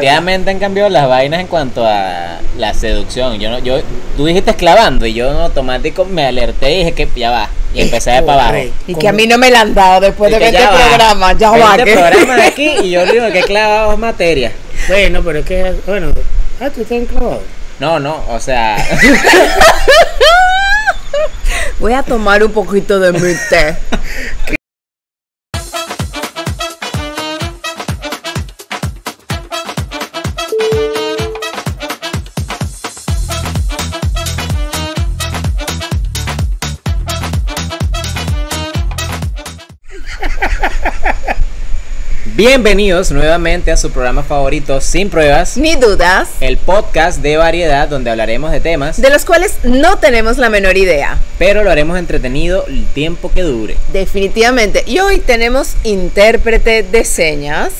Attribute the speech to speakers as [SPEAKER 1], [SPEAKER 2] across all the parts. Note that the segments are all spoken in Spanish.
[SPEAKER 1] Definitivamente han cambiado las vainas en cuanto a la seducción. Yo no, yo, tú dijiste esclavando y yo en automático me alerté y dije que ya va. Y empecé de para abajo.
[SPEAKER 2] Y que a mí no me la han dado después de
[SPEAKER 1] Dije,
[SPEAKER 2] ver
[SPEAKER 1] ya
[SPEAKER 2] este
[SPEAKER 1] va.
[SPEAKER 2] programa. Ya va.
[SPEAKER 1] Este
[SPEAKER 2] que-
[SPEAKER 1] programa de aquí y yo digo que he clavado es materia.
[SPEAKER 3] Bueno, pero es que, bueno, ah, tú estás enclavado.
[SPEAKER 1] No, no, o sea,
[SPEAKER 2] Voy a tomar un poquito de mi té.
[SPEAKER 1] bienvenidos nuevamente a su programa favorito Sin Pruebas,
[SPEAKER 2] Ni dudas,
[SPEAKER 1] el podcast de variedad donde hablaremos de temas,
[SPEAKER 2] de los cuales no tenemos la menor idea.
[SPEAKER 1] pero lo haremos entretenido el tiempo que dure.
[SPEAKER 2] Definitivamente. Y hoy tenemos intérprete de señas.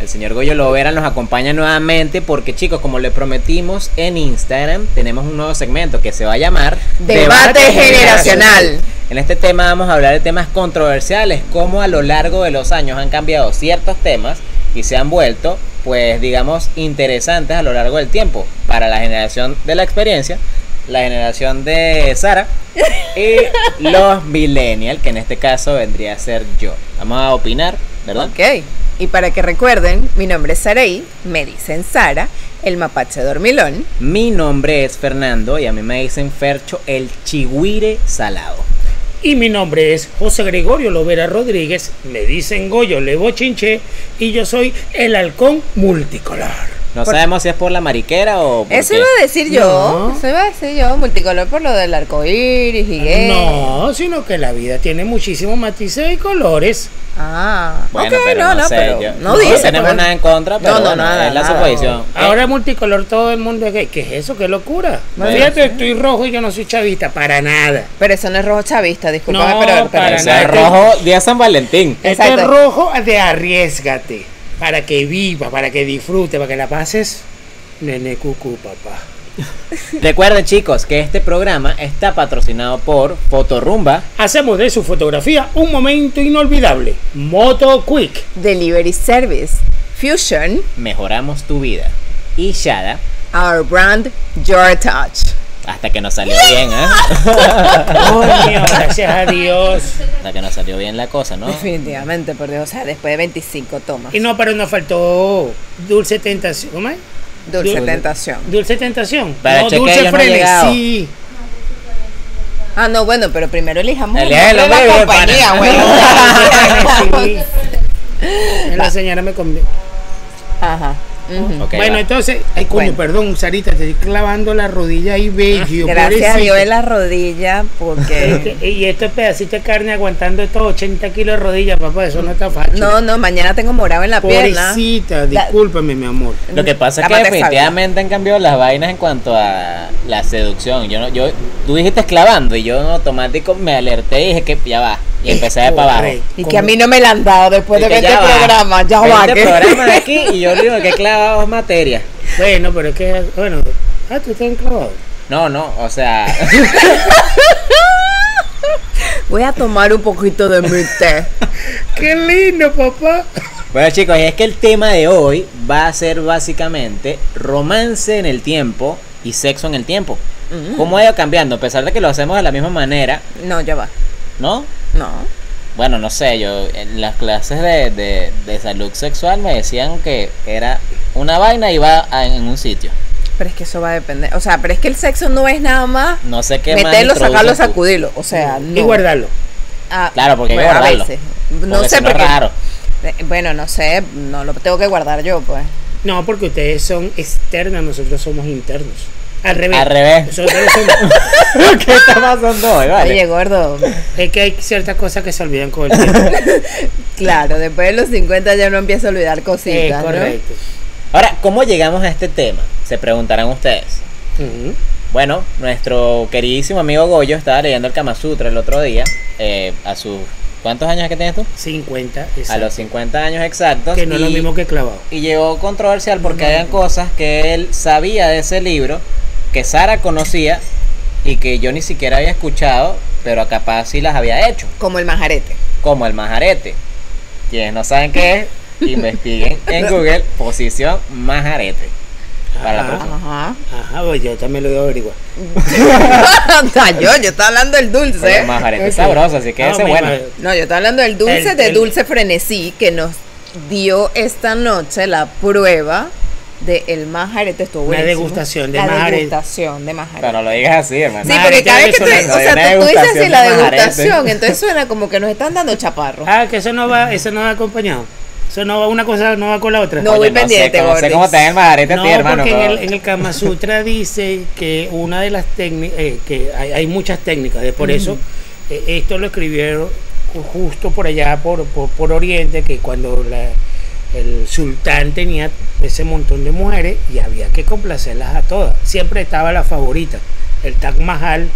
[SPEAKER 1] El señor Goyo Lovera nos acompaña nuevamente porque chicos, como le prometimos en Instagram, tenemos un nuevo segmento que se va a llamar
[SPEAKER 2] Debate generacional.
[SPEAKER 1] En este tema vamos a hablar de temas controversiales, cómo a lo largo de los años han cambiado ciertos temas y se han vuelto, pues digamos, interesantes a lo largo del tiempo para la generación de la experiencia, la generación de Sara y los millennials, que en este caso vendría a ser yo. Vamos a opinar, ¿verdad?
[SPEAKER 2] Ok. Y para que recuerden, mi nombre es Saraí, me dicen Sara, el mapache dormilón.
[SPEAKER 1] Mi nombre es Fernando y a mí me dicen Fercho el Chihuire Salado.
[SPEAKER 3] Y mi nombre es José Gregorio Lovera Rodríguez, me dicen Goyo Levo Chinche, y yo soy el halcón multicolor.
[SPEAKER 1] No sabemos si es por la mariquera o por
[SPEAKER 2] Eso
[SPEAKER 1] qué.
[SPEAKER 2] iba a decir yo.
[SPEAKER 3] No.
[SPEAKER 2] Eso iba a decir yo, multicolor por lo del arco iris y gay.
[SPEAKER 3] No, sino que la vida tiene muchísimos matices y colores.
[SPEAKER 2] Ah,
[SPEAKER 1] Bueno,
[SPEAKER 2] ok,
[SPEAKER 1] pero no, sé,
[SPEAKER 2] pero
[SPEAKER 1] yo-
[SPEAKER 2] no, dice.
[SPEAKER 1] tenemos
[SPEAKER 2] pues.
[SPEAKER 1] nada en contra, pero
[SPEAKER 2] No, no,
[SPEAKER 1] bueno,
[SPEAKER 2] nada,
[SPEAKER 1] es la
[SPEAKER 2] nada.
[SPEAKER 1] suposición.
[SPEAKER 3] Ahora multicolor todo el mundo es gay. ¿Qué es eso? ¿Qué locura?
[SPEAKER 1] Bueno,
[SPEAKER 3] Fíjate, estoy rojo y yo no soy chavista, para nada.
[SPEAKER 2] Pero eso no es rojo chavista, discúlpame,
[SPEAKER 3] No,
[SPEAKER 2] pero, pero-
[SPEAKER 3] para
[SPEAKER 1] Ese
[SPEAKER 3] nada.
[SPEAKER 1] rojo día San Valentín.
[SPEAKER 3] Este
[SPEAKER 2] Exacto.
[SPEAKER 3] es rojo de arriesgate, para que viva, para que disfrute, para que la pases. Nene cucú, papá.
[SPEAKER 1] Recuerden chicos que este programa está patrocinado por Fotorumba.
[SPEAKER 3] Hacemos de su fotografía un momento inolvidable. Moto Quick.
[SPEAKER 2] Delivery Service, Fusion,
[SPEAKER 1] Mejoramos tu vida. Y Shada,
[SPEAKER 2] Our Brand, Your Touch.
[SPEAKER 1] hasta que nos salió bien, ¿eh?
[SPEAKER 3] Coño, gracias a Dios.
[SPEAKER 1] Hasta que nos salió bien la cosa, ¿no?
[SPEAKER 2] Definitivamente, por Dios, o sea, después de 25 tomas.
[SPEAKER 3] Y no, pero nos faltó Dulce Tentación. ¿Cómo es?
[SPEAKER 2] Dulce
[SPEAKER 3] Dul-
[SPEAKER 2] Tentación.
[SPEAKER 3] Dulce Tentación.
[SPEAKER 1] Para
[SPEAKER 3] no,
[SPEAKER 1] chequear,
[SPEAKER 3] Dulce
[SPEAKER 1] yo no he llegado.
[SPEAKER 3] Frenesí.
[SPEAKER 2] Ah, no, bueno, pero primero elijamos
[SPEAKER 1] El
[SPEAKER 2] el nombre de
[SPEAKER 1] nombre
[SPEAKER 2] la
[SPEAKER 1] de
[SPEAKER 2] compañía,
[SPEAKER 1] pana.
[SPEAKER 2] güey.
[SPEAKER 3] Frenesí. La señora me conviene.
[SPEAKER 2] Ajá. ujú.
[SPEAKER 1] Ok,
[SPEAKER 3] Bueno,
[SPEAKER 1] va.
[SPEAKER 3] entonces, ay, coño,
[SPEAKER 2] Bueno. Ah,
[SPEAKER 3] perdón, Sarita, te estoy clavando la rodilla ahí, bello.
[SPEAKER 2] Gracias a
[SPEAKER 3] pobrecito.
[SPEAKER 2] Dios en la rodilla, porque.
[SPEAKER 3] Y estos pedacitos de carne aguantando estos 80 kilos de rodilla, papá, eso no está fácil.
[SPEAKER 2] No, no, mañana tengo morado en la pierna.
[SPEAKER 3] Pobrecita, discúlpame, mi amor.
[SPEAKER 1] Lo que pasa es que
[SPEAKER 2] Tápate esa
[SPEAKER 1] definitivamente han cambiado las vainas en cuanto a la seducción. Yo no, yo, tú dijiste esclavando y yo en automático me alerté y dije que ya va. Y empecé de para abajo.
[SPEAKER 3] Correcto.
[SPEAKER 2] Y que a mí no me la han dado después de
[SPEAKER 1] Y que
[SPEAKER 2] ver este
[SPEAKER 1] ya va.
[SPEAKER 2] programa. Ya
[SPEAKER 1] Ven
[SPEAKER 2] va.
[SPEAKER 1] este
[SPEAKER 2] que-
[SPEAKER 1] programa de aquí y yo digo que he clavado es materia.
[SPEAKER 3] Bueno, pero es que, bueno, ah, tú estás enclavado.
[SPEAKER 1] No, no, o sea,
[SPEAKER 2] Voy a tomar un poquito de mi té.
[SPEAKER 3] Qué lindo, papá.
[SPEAKER 1] bueno chicos, y es que el tema de hoy va a ser básicamente romance en el tiempo y sexo en el tiempo.
[SPEAKER 2] Mm.
[SPEAKER 1] ¿Cómo ha ido cambiando? A pesar de que lo hacemos de la misma manera,
[SPEAKER 2] No, ya va.
[SPEAKER 1] ¿no?
[SPEAKER 2] No.
[SPEAKER 1] Bueno, no sé, yo en las clases de, de- de salud sexual me decían que era una vaina y va a- en un sitio.
[SPEAKER 2] Pero es que eso va a depender. O sea, pero es que el sexo no es nada más
[SPEAKER 1] No sé qué más
[SPEAKER 2] meterlo,
[SPEAKER 1] introduces
[SPEAKER 2] sacarlo,
[SPEAKER 1] tú. Mm.
[SPEAKER 2] sacudirlo. O sea, no.
[SPEAKER 3] Y guardarlo.
[SPEAKER 2] Ah,
[SPEAKER 1] Claro, porque hay que
[SPEAKER 2] bueno, a
[SPEAKER 1] guardarlo.
[SPEAKER 2] veces. No
[SPEAKER 1] Porque
[SPEAKER 2] sé
[SPEAKER 1] si no
[SPEAKER 2] por
[SPEAKER 1] es
[SPEAKER 2] qué.
[SPEAKER 1] raro.
[SPEAKER 2] Eh, Bueno, no sé. No lo tengo que guardar yo, pues.
[SPEAKER 3] No, porque ustedes son externas, nosotros somos internos. Al revés.
[SPEAKER 1] Al revés.
[SPEAKER 3] Nosotros somos-
[SPEAKER 1] ¿Qué está pasando hoy? Vale.
[SPEAKER 2] Oye, gordo.
[SPEAKER 3] es que hay ciertas cosas que se olvidan con el tiempo.
[SPEAKER 2] Claro, después de los 50 ya no empieza a olvidar
[SPEAKER 3] Eh,
[SPEAKER 2] cositas. ¿no?
[SPEAKER 3] correcto.
[SPEAKER 1] Ahora, ¿cómo llegamos a este tema? Se preguntarán ustedes.
[SPEAKER 3] Ujú.
[SPEAKER 1] Bueno, nuestro queridísimo amigo Goyo estaba leyendo el Kama Sutra el otro día. eh, a sus. ¿Cuántos años es que tienes tú?
[SPEAKER 3] 50,
[SPEAKER 1] A los
[SPEAKER 3] exacto.
[SPEAKER 1] 50 años exactos.
[SPEAKER 3] Que no es lo
[SPEAKER 1] y-
[SPEAKER 3] mismo que clavado.
[SPEAKER 1] y llegó controversial porque habían cosas que él sabía de ese libro, que Sara conocía y que yo ni siquiera había escuchado, pero capaz sí las había hecho,
[SPEAKER 2] Como el majarete.
[SPEAKER 1] como el majarete. Quienes no saben qué es, investiguen en Google posición más arete. Para la
[SPEAKER 3] Ajá.
[SPEAKER 1] próxima.
[SPEAKER 2] Ajá.
[SPEAKER 3] Ajá, pues yo también lo voy a averiguar.
[SPEAKER 2] Ah, yo, yo estaba hablando del dulce.
[SPEAKER 1] Pero más arete
[SPEAKER 3] Ok.
[SPEAKER 1] es sabroso, así que
[SPEAKER 3] Ah,
[SPEAKER 1] ese es
[SPEAKER 3] mi
[SPEAKER 1] bueno.
[SPEAKER 3] madre.
[SPEAKER 2] No, yo estaba hablando del dulce,
[SPEAKER 3] El-
[SPEAKER 2] de
[SPEAKER 3] el-
[SPEAKER 2] dulce frenesí, que nos dio esta noche la prueba de el majarete. Estuvo
[SPEAKER 3] Una
[SPEAKER 2] buenísimo.
[SPEAKER 3] degustación de
[SPEAKER 2] La
[SPEAKER 3] majarete.
[SPEAKER 2] degustación de majarete.
[SPEAKER 1] Pero no lo digas así, hermano.
[SPEAKER 2] Sí,
[SPEAKER 3] Majarete
[SPEAKER 2] porque cada vez que tú, o
[SPEAKER 3] venezolano,
[SPEAKER 2] sea,
[SPEAKER 1] hay
[SPEAKER 2] tú,
[SPEAKER 1] una
[SPEAKER 2] tú dices así
[SPEAKER 1] degustación
[SPEAKER 2] la
[SPEAKER 1] de ¿eh? majarete.
[SPEAKER 2] degustación, eh, entonces suena como que nos están dando chaparro.
[SPEAKER 3] Ah, que eso no va, eso no va acompañado. Eso no va, una cosa no va con la otra.
[SPEAKER 2] No, voy pendiente,
[SPEAKER 1] sé, cómo- sé
[SPEAKER 2] Gordis.
[SPEAKER 1] cómo te ven el más arete a
[SPEAKER 3] No,
[SPEAKER 1] ti, hermano.
[SPEAKER 3] porque en el,
[SPEAKER 1] pero-
[SPEAKER 3] en el Kama Sutra dice que una de las técnicas, que hay, hay muchas técnicas, de por eso eh, esto lo escribieron ju- justo por allá, por, por, por Oriente, que cuando la- el sultán tenía ese montón de mujeres y había que complacerlas a todas. Siempre estaba la favorita. El Taj Mahal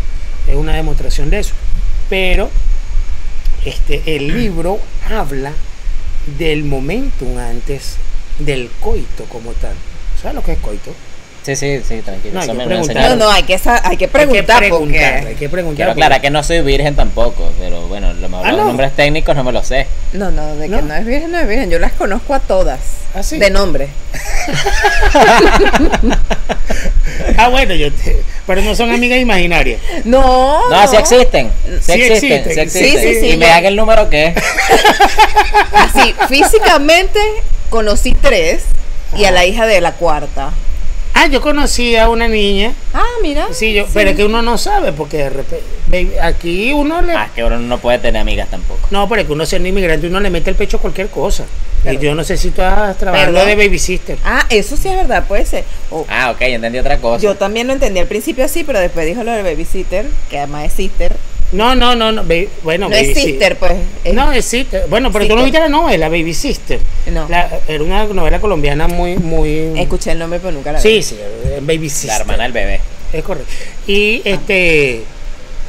[SPEAKER 3] es una demostración de eso. Pero este, el libro habla del momentum antes del coito como tal. ¿Sabes lo que es coito?
[SPEAKER 1] Sí, sí, sí, tranquilo.
[SPEAKER 3] No,
[SPEAKER 1] eso
[SPEAKER 3] yo
[SPEAKER 1] me, me
[SPEAKER 3] pregunto.
[SPEAKER 2] No,
[SPEAKER 1] enseñaron.
[SPEAKER 2] no, hay que, sa- hay que preguntar
[SPEAKER 3] hay que preguntar, hay
[SPEAKER 2] porque...
[SPEAKER 3] que preguntar.
[SPEAKER 1] Quiero
[SPEAKER 3] porque-
[SPEAKER 1] aclarar que no soy virgen tampoco, pero bueno, lo mejor
[SPEAKER 3] pues. Ah,
[SPEAKER 1] los
[SPEAKER 3] no.
[SPEAKER 1] nombres técnicos no me los sé.
[SPEAKER 2] No, no, de
[SPEAKER 3] No.
[SPEAKER 2] que no es virgen, no es virgen. Yo las conozco a todas.
[SPEAKER 3] Ah, sí.
[SPEAKER 2] De nombre.
[SPEAKER 3] Ah, bueno, yo te- pero no son amigas imaginarias.
[SPEAKER 2] No.
[SPEAKER 1] No, sí existen. Sí,
[SPEAKER 3] Sí
[SPEAKER 1] existen, sí
[SPEAKER 3] existen, sí,
[SPEAKER 1] existen.
[SPEAKER 2] sí, sí,
[SPEAKER 1] y me
[SPEAKER 2] yo-
[SPEAKER 1] dan el número que es.
[SPEAKER 2] Así, físicamente conocí tres y a la hija de la cuarta.
[SPEAKER 3] Ah, yo conocí a una niña.
[SPEAKER 2] Ah, mira.
[SPEAKER 3] Sí, yo, pero es que uno no sabe porque de repente baby, aquí uno le
[SPEAKER 1] Ah, que uno no puede tener amigas tampoco.
[SPEAKER 3] No, pero es que uno siendo inmigrante uno le mete el pecho a cualquier cosa. Y yo no sé si tú has trabajado de
[SPEAKER 2] Perdón.
[SPEAKER 3] baby sister.
[SPEAKER 2] Ah, eso sí es verdad, puede ser. O-
[SPEAKER 1] Ah, ok, entendí otra cosa.
[SPEAKER 2] yo también lo entendí al principio así, pero después dijo lo de babysitter, que además es sister.
[SPEAKER 3] No, no, no, no, baby- bueno,
[SPEAKER 2] No, es
[SPEAKER 3] baby si-
[SPEAKER 2] sister, pues. es-
[SPEAKER 3] No, es sister. Bueno, pero tú no
[SPEAKER 2] Sister.
[SPEAKER 3] viste la novela Baby Sister.
[SPEAKER 2] No.
[SPEAKER 3] La- era una novela colombiana muy muy
[SPEAKER 2] Escuché el nombre, pero nunca la vi.
[SPEAKER 3] Sí, sí, Baby Sister.
[SPEAKER 1] La hermana del bebé.
[SPEAKER 3] Es correcto. Y este.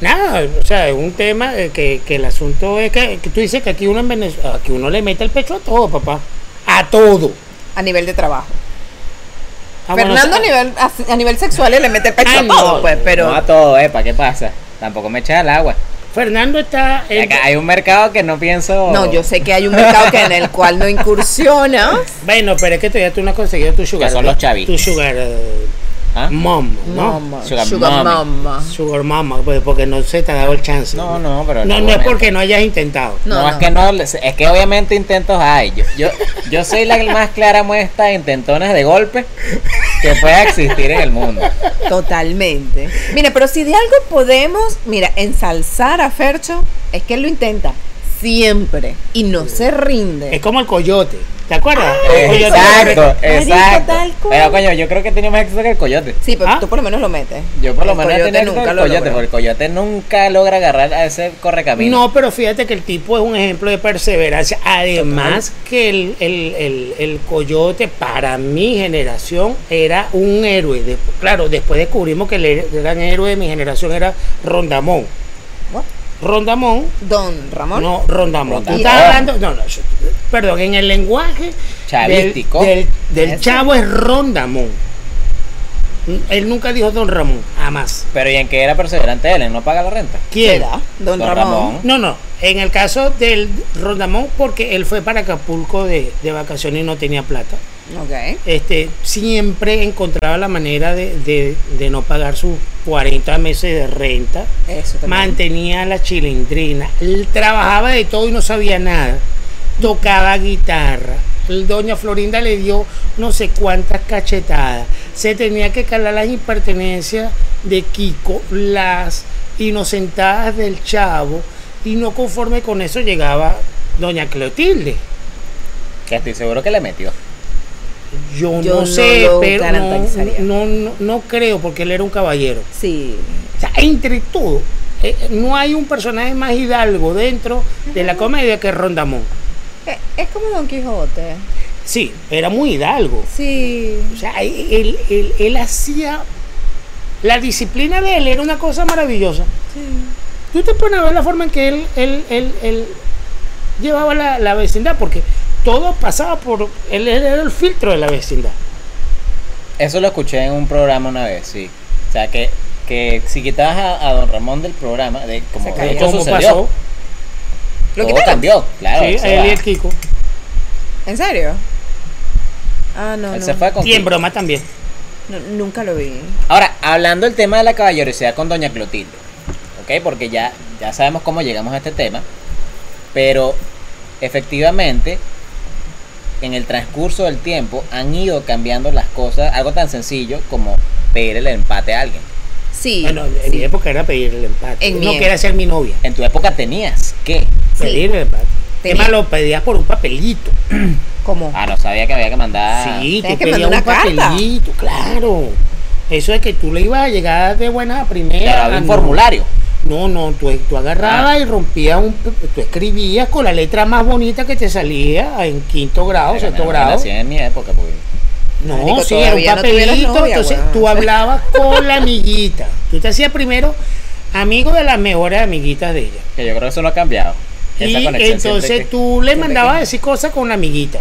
[SPEAKER 3] Nada, o sea, es un tema eh, que, que el asunto es que, que tú dices que aquí uno en Venezuela, aquí uno le mete el pecho a todo, papá. A todo.
[SPEAKER 2] A nivel de trabajo.
[SPEAKER 3] Ah, bueno,
[SPEAKER 2] Fernando
[SPEAKER 3] o sea,
[SPEAKER 2] a, nivel, a, a nivel sexual él le mete el pecho
[SPEAKER 3] Ah,
[SPEAKER 2] a todo,
[SPEAKER 3] no,
[SPEAKER 2] pues, pero.
[SPEAKER 1] No a todo, ¿para ¿Qué pasa? Tampoco me echa el agua.
[SPEAKER 3] Fernando está.
[SPEAKER 1] Y Acá hay un mercado que no pienso.
[SPEAKER 2] No, yo sé que hay un mercado que en el cual no incursionas.
[SPEAKER 3] Bueno, pero es que todavía tú no has conseguido tu sugar.
[SPEAKER 1] Que son los chavitos.
[SPEAKER 3] Tu sugar eh,
[SPEAKER 1] ¿Ah?
[SPEAKER 2] Mm,
[SPEAKER 3] mom, ¿no?
[SPEAKER 2] Mama,
[SPEAKER 1] Sugar
[SPEAKER 2] sugar,
[SPEAKER 1] mommy.
[SPEAKER 2] mama.
[SPEAKER 3] Sugar mama, pues, porque no se te ha dado el chance.
[SPEAKER 1] No, no, pero.
[SPEAKER 3] No, no es
[SPEAKER 1] seguramente.
[SPEAKER 3] porque no hayas intentado.
[SPEAKER 1] No,
[SPEAKER 2] No,
[SPEAKER 1] es
[SPEAKER 2] no.
[SPEAKER 1] que no, es que obviamente intentos hay. Yo, yo, yo soy la más clara muestra de intentones de golpe que pueda existir en el mundo.
[SPEAKER 2] Totalmente. Mira, pero si de algo podemos, mira, ensalzar a Fercho, es que él lo intenta siempre y no se
[SPEAKER 3] Es
[SPEAKER 2] rinde.
[SPEAKER 3] como el coyote. ¿Te acuerdas? El coyote-
[SPEAKER 1] Ah, Exacto,
[SPEAKER 2] Marico,
[SPEAKER 1] exacto.
[SPEAKER 2] tal cual.
[SPEAKER 1] Pero coño, yo creo que tiene más éxito que el coyote.
[SPEAKER 2] Sí, pero
[SPEAKER 3] ¿Ah?
[SPEAKER 2] tú por lo menos lo metes.
[SPEAKER 1] Yo por lo
[SPEAKER 2] El
[SPEAKER 1] menos he
[SPEAKER 2] coyote
[SPEAKER 1] tenido éxito
[SPEAKER 2] nunca
[SPEAKER 1] con
[SPEAKER 2] lo
[SPEAKER 1] el coyote,
[SPEAKER 2] logró.
[SPEAKER 1] porque el coyote nunca logra agarrar a ese correcamino.
[SPEAKER 3] No, pero fíjate que el tipo es un ejemplo de perseverancia. Además que el, el- el- el coyote para mi generación era un héroe. De- claro, después descubrimos que el he- gran héroe de mi generación era Rondamón.
[SPEAKER 2] What?
[SPEAKER 3] Rondamón.
[SPEAKER 2] Don Ramón.
[SPEAKER 3] No, Rondamón. Tú
[SPEAKER 1] Rondamón.
[SPEAKER 3] estás hablando. No, no, yo- perdón, en el lenguaje.
[SPEAKER 1] Chavístico.
[SPEAKER 3] Del, del- del
[SPEAKER 2] Ese.
[SPEAKER 3] chavo es Rondamón. Él nunca dijo Don Ramón, jamás.
[SPEAKER 1] Pero ¿y en qué era perseverante él? ¿En no paga la renta?
[SPEAKER 2] ¿Qué
[SPEAKER 3] ¿Quién?
[SPEAKER 2] edad? Don,
[SPEAKER 1] Don
[SPEAKER 2] Ramón.
[SPEAKER 1] Ramón.
[SPEAKER 3] No, no. En el caso del Rondamón, porque él fue para Acapulco de, de vacaciones y no tenía plata,
[SPEAKER 2] Ok.
[SPEAKER 3] este, siempre encontraba la manera de, de- de no pagar sus 40 meses de renta.
[SPEAKER 2] Eso también.
[SPEAKER 3] Mantenía la chilindrina. Él trabajaba de todo y no sabía nada. Tocaba guitarra. El doña Florinda le dio no sé cuántas cachetadas. Se tenía que calar las impertenencias de Kiko, las inocentadas del chavo. Y no conforme con eso llegaba doña Cleotilde.
[SPEAKER 1] Que estoy seguro que le metió.
[SPEAKER 3] Yo,
[SPEAKER 2] Yo
[SPEAKER 3] no,
[SPEAKER 2] no
[SPEAKER 3] sé,
[SPEAKER 2] lo
[SPEAKER 3] pero no,
[SPEAKER 2] garantizaría.
[SPEAKER 3] no, no, no creo porque él era un caballero.
[SPEAKER 2] Sí.
[SPEAKER 3] O sea, entre todo, eh, no hay un personaje más hidalgo dentro de la comedia que Rondamón.
[SPEAKER 2] Eh, Es como Don Quijote.
[SPEAKER 3] Sí, era muy hidalgo.
[SPEAKER 2] Sí.
[SPEAKER 3] O sea, él, él- él hacía. La disciplina de él era una cosa maravillosa.
[SPEAKER 2] sí.
[SPEAKER 3] Tú te pones a ver la forma en que él, él, él, él llevaba la, la vecindad, porque todo pasaba por. Él era el filtro de la vecindad.
[SPEAKER 1] Eso lo escuché en un programa una vez, sí. O sea, que, que si quitabas a, a don Ramón del programa, de, como
[SPEAKER 2] Se
[SPEAKER 1] de
[SPEAKER 2] caía.
[SPEAKER 1] hecho
[SPEAKER 3] ¿Cómo
[SPEAKER 1] sucedió,
[SPEAKER 3] pasó?
[SPEAKER 2] Lo
[SPEAKER 1] todo
[SPEAKER 2] quitaron.
[SPEAKER 1] cambió. Claro,
[SPEAKER 3] Sí,
[SPEAKER 1] eso
[SPEAKER 3] él y
[SPEAKER 1] va.
[SPEAKER 3] el Kiko.
[SPEAKER 2] ¿En serio? Ah, no.
[SPEAKER 1] Él
[SPEAKER 2] no.
[SPEAKER 1] se fue con
[SPEAKER 3] Y en broma también.
[SPEAKER 2] No, nunca lo vi.
[SPEAKER 1] Ahora, hablando del tema de la caballerosidad con Doña Clotilde, ¿ok? Porque ya, ya sabemos cómo llegamos a este tema, pero efectivamente, en el transcurso del tiempo han ido cambiando las cosas, algo tan sencillo como pedir el empate a alguien.
[SPEAKER 2] Sí.
[SPEAKER 3] Bueno, en
[SPEAKER 2] sí.
[SPEAKER 3] mi
[SPEAKER 1] eh,
[SPEAKER 3] época era pedir el empate.
[SPEAKER 2] En
[SPEAKER 3] no
[SPEAKER 2] mi
[SPEAKER 3] quería ser mi novia.
[SPEAKER 1] En tu época tenías que...
[SPEAKER 2] Sí.
[SPEAKER 3] Pedir el empate.
[SPEAKER 2] Tenía-
[SPEAKER 3] Además, lo pedías por un papelito.
[SPEAKER 2] ¿Cómo?
[SPEAKER 1] Ah, no sabía que había que mandar...
[SPEAKER 3] sí,
[SPEAKER 2] Ah. Tenías
[SPEAKER 3] tú
[SPEAKER 2] que
[SPEAKER 3] pedías
[SPEAKER 2] mandar una
[SPEAKER 3] un
[SPEAKER 2] carta.
[SPEAKER 3] papelito, claro. Eso es que tú le ibas a llegar de buena a
[SPEAKER 1] Pero
[SPEAKER 3] primera.
[SPEAKER 1] había un
[SPEAKER 3] no.
[SPEAKER 1] formulario.
[SPEAKER 3] No, no, tú, tú agarrabas
[SPEAKER 1] Ah.
[SPEAKER 3] y rompías un. Tú escribías con la letra más bonita que te salía en quinto grado,
[SPEAKER 1] Pero
[SPEAKER 3] sexto
[SPEAKER 1] no,
[SPEAKER 3] grado.
[SPEAKER 1] así en mi época, pues, porque...
[SPEAKER 3] No,
[SPEAKER 2] Marico,
[SPEAKER 3] sí, era un
[SPEAKER 2] todavía no tuvieras
[SPEAKER 3] papelito.
[SPEAKER 2] novia,
[SPEAKER 3] entonces
[SPEAKER 2] weón.
[SPEAKER 3] tú hablabas con la amiguita. Tú te hacías primero amigo de las mejores amiguitas de ella.
[SPEAKER 1] Que yo creo que eso no ha cambiado. Esa
[SPEAKER 3] Y
[SPEAKER 1] conexión siempre que-
[SPEAKER 3] entonces tú le
[SPEAKER 1] siempre
[SPEAKER 3] mandabas a
[SPEAKER 1] que-
[SPEAKER 3] decir cosas con la amiguita.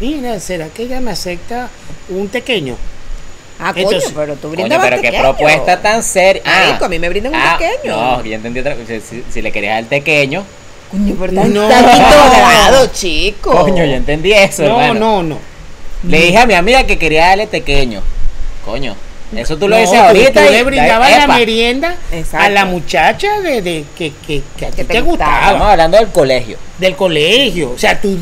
[SPEAKER 3] Mira, ¿será que ella me acepta un pequeño?
[SPEAKER 2] Ah, coño,
[SPEAKER 3] Entonces-
[SPEAKER 2] pero tú
[SPEAKER 1] Coño,
[SPEAKER 2] brindabas
[SPEAKER 1] pero qué
[SPEAKER 2] tequeño.
[SPEAKER 1] propuesta tan seria. Ah,
[SPEAKER 2] Marico, a mí me brindan un tequeño.
[SPEAKER 1] No, yo entendí otra cosa. Si, si le querías al tequeño.
[SPEAKER 2] Coño, pero tan,
[SPEAKER 3] No.
[SPEAKER 2] tan quinto grado, chico.
[SPEAKER 1] Coño, yo entendí eso,
[SPEAKER 3] No,
[SPEAKER 1] hermano.
[SPEAKER 3] no, no.
[SPEAKER 1] Le dije a mi amiga que quería darle tequeño. Coño, eso tú lo
[SPEAKER 3] No,
[SPEAKER 1] dices ahorita.
[SPEAKER 3] Tú
[SPEAKER 1] y-
[SPEAKER 3] le brindabas la
[SPEAKER 1] Epa,
[SPEAKER 3] merienda a
[SPEAKER 2] Exacto.
[SPEAKER 3] la muchacha de, de- que, que, que a
[SPEAKER 2] Que
[SPEAKER 3] ti
[SPEAKER 2] te
[SPEAKER 3] te
[SPEAKER 2] gustaba.
[SPEAKER 1] Estamos
[SPEAKER 3] gustaba,
[SPEAKER 1] hablando del colegio.
[SPEAKER 3] del colegio. O sea, tú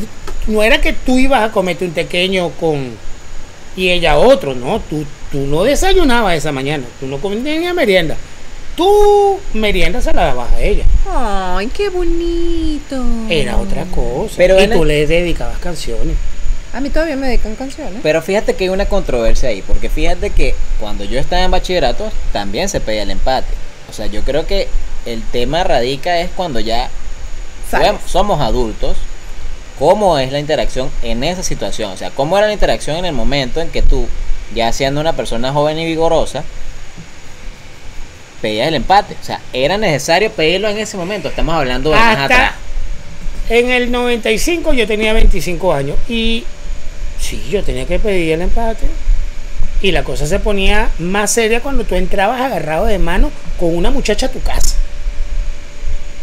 [SPEAKER 3] no era que tú ibas a comerte un pequeño con y ella otro, no. Tú, tú no desayunabas esa mañana, tú no comías merienda. Tu merienda se la dabas a ella.
[SPEAKER 2] Ay, qué bonito.
[SPEAKER 3] Era otra cosa.
[SPEAKER 1] Pero
[SPEAKER 3] y
[SPEAKER 1] en
[SPEAKER 3] tú
[SPEAKER 1] el-
[SPEAKER 3] le dedicabas canciones.
[SPEAKER 2] A mí todavía me dedican canciones.
[SPEAKER 1] Pero fíjate que hay una controversia ahí. Porque fíjate que cuando yo estaba en bachillerato también se pedía el empate. O sea, yo creo que el tema radica es cuando ya
[SPEAKER 2] Sales.
[SPEAKER 1] Fuem- somos adultos, ¿cómo es la interacción en esa situación? O sea, ¿cómo era la interacción en el momento en que tú, ya siendo una persona joven y vigorosa, pedías el empate? O sea, ¿era necesario pedirlo en ese momento? Estamos hablando de más atrás.
[SPEAKER 3] Hasta en el 95 yo tenía 25 años y sí, yo tenía que pedir el empate. Y la cosa se ponía más seria cuando tú entrabas agarrado de mano con una muchacha a tu casa.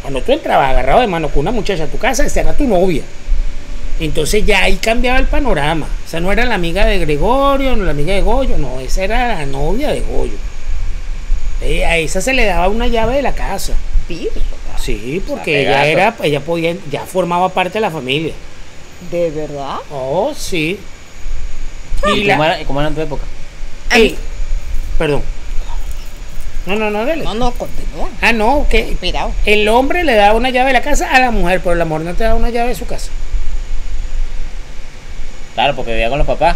[SPEAKER 3] Cuando tú entrabas agarrado de mano con una muchacha a tu casa, esa era tu novia. Entonces ya ahí cambiaba el panorama. O sea, no era la amiga de Gregorio, no la amiga de Goyo, no, esa era la novia de Goyo. Eh, a esa se le daba una llave de la casa. Sí, porque ella
[SPEAKER 1] pegazo.
[SPEAKER 3] era, ella podía, ya formaba parte de la familia.
[SPEAKER 2] ¿De verdad?
[SPEAKER 3] Oh, sí.
[SPEAKER 1] ¿Y cómo era, y cómo era en tu época?
[SPEAKER 3] Ey, perdón. No, no, no, dale.
[SPEAKER 2] No, no, continúa.
[SPEAKER 3] Ah, no, que
[SPEAKER 2] Cuidado.
[SPEAKER 3] el hombre le da una llave de la casa a la mujer, pero la mujer no te da una llave de su casa.
[SPEAKER 1] Claro, porque vivía con los papás.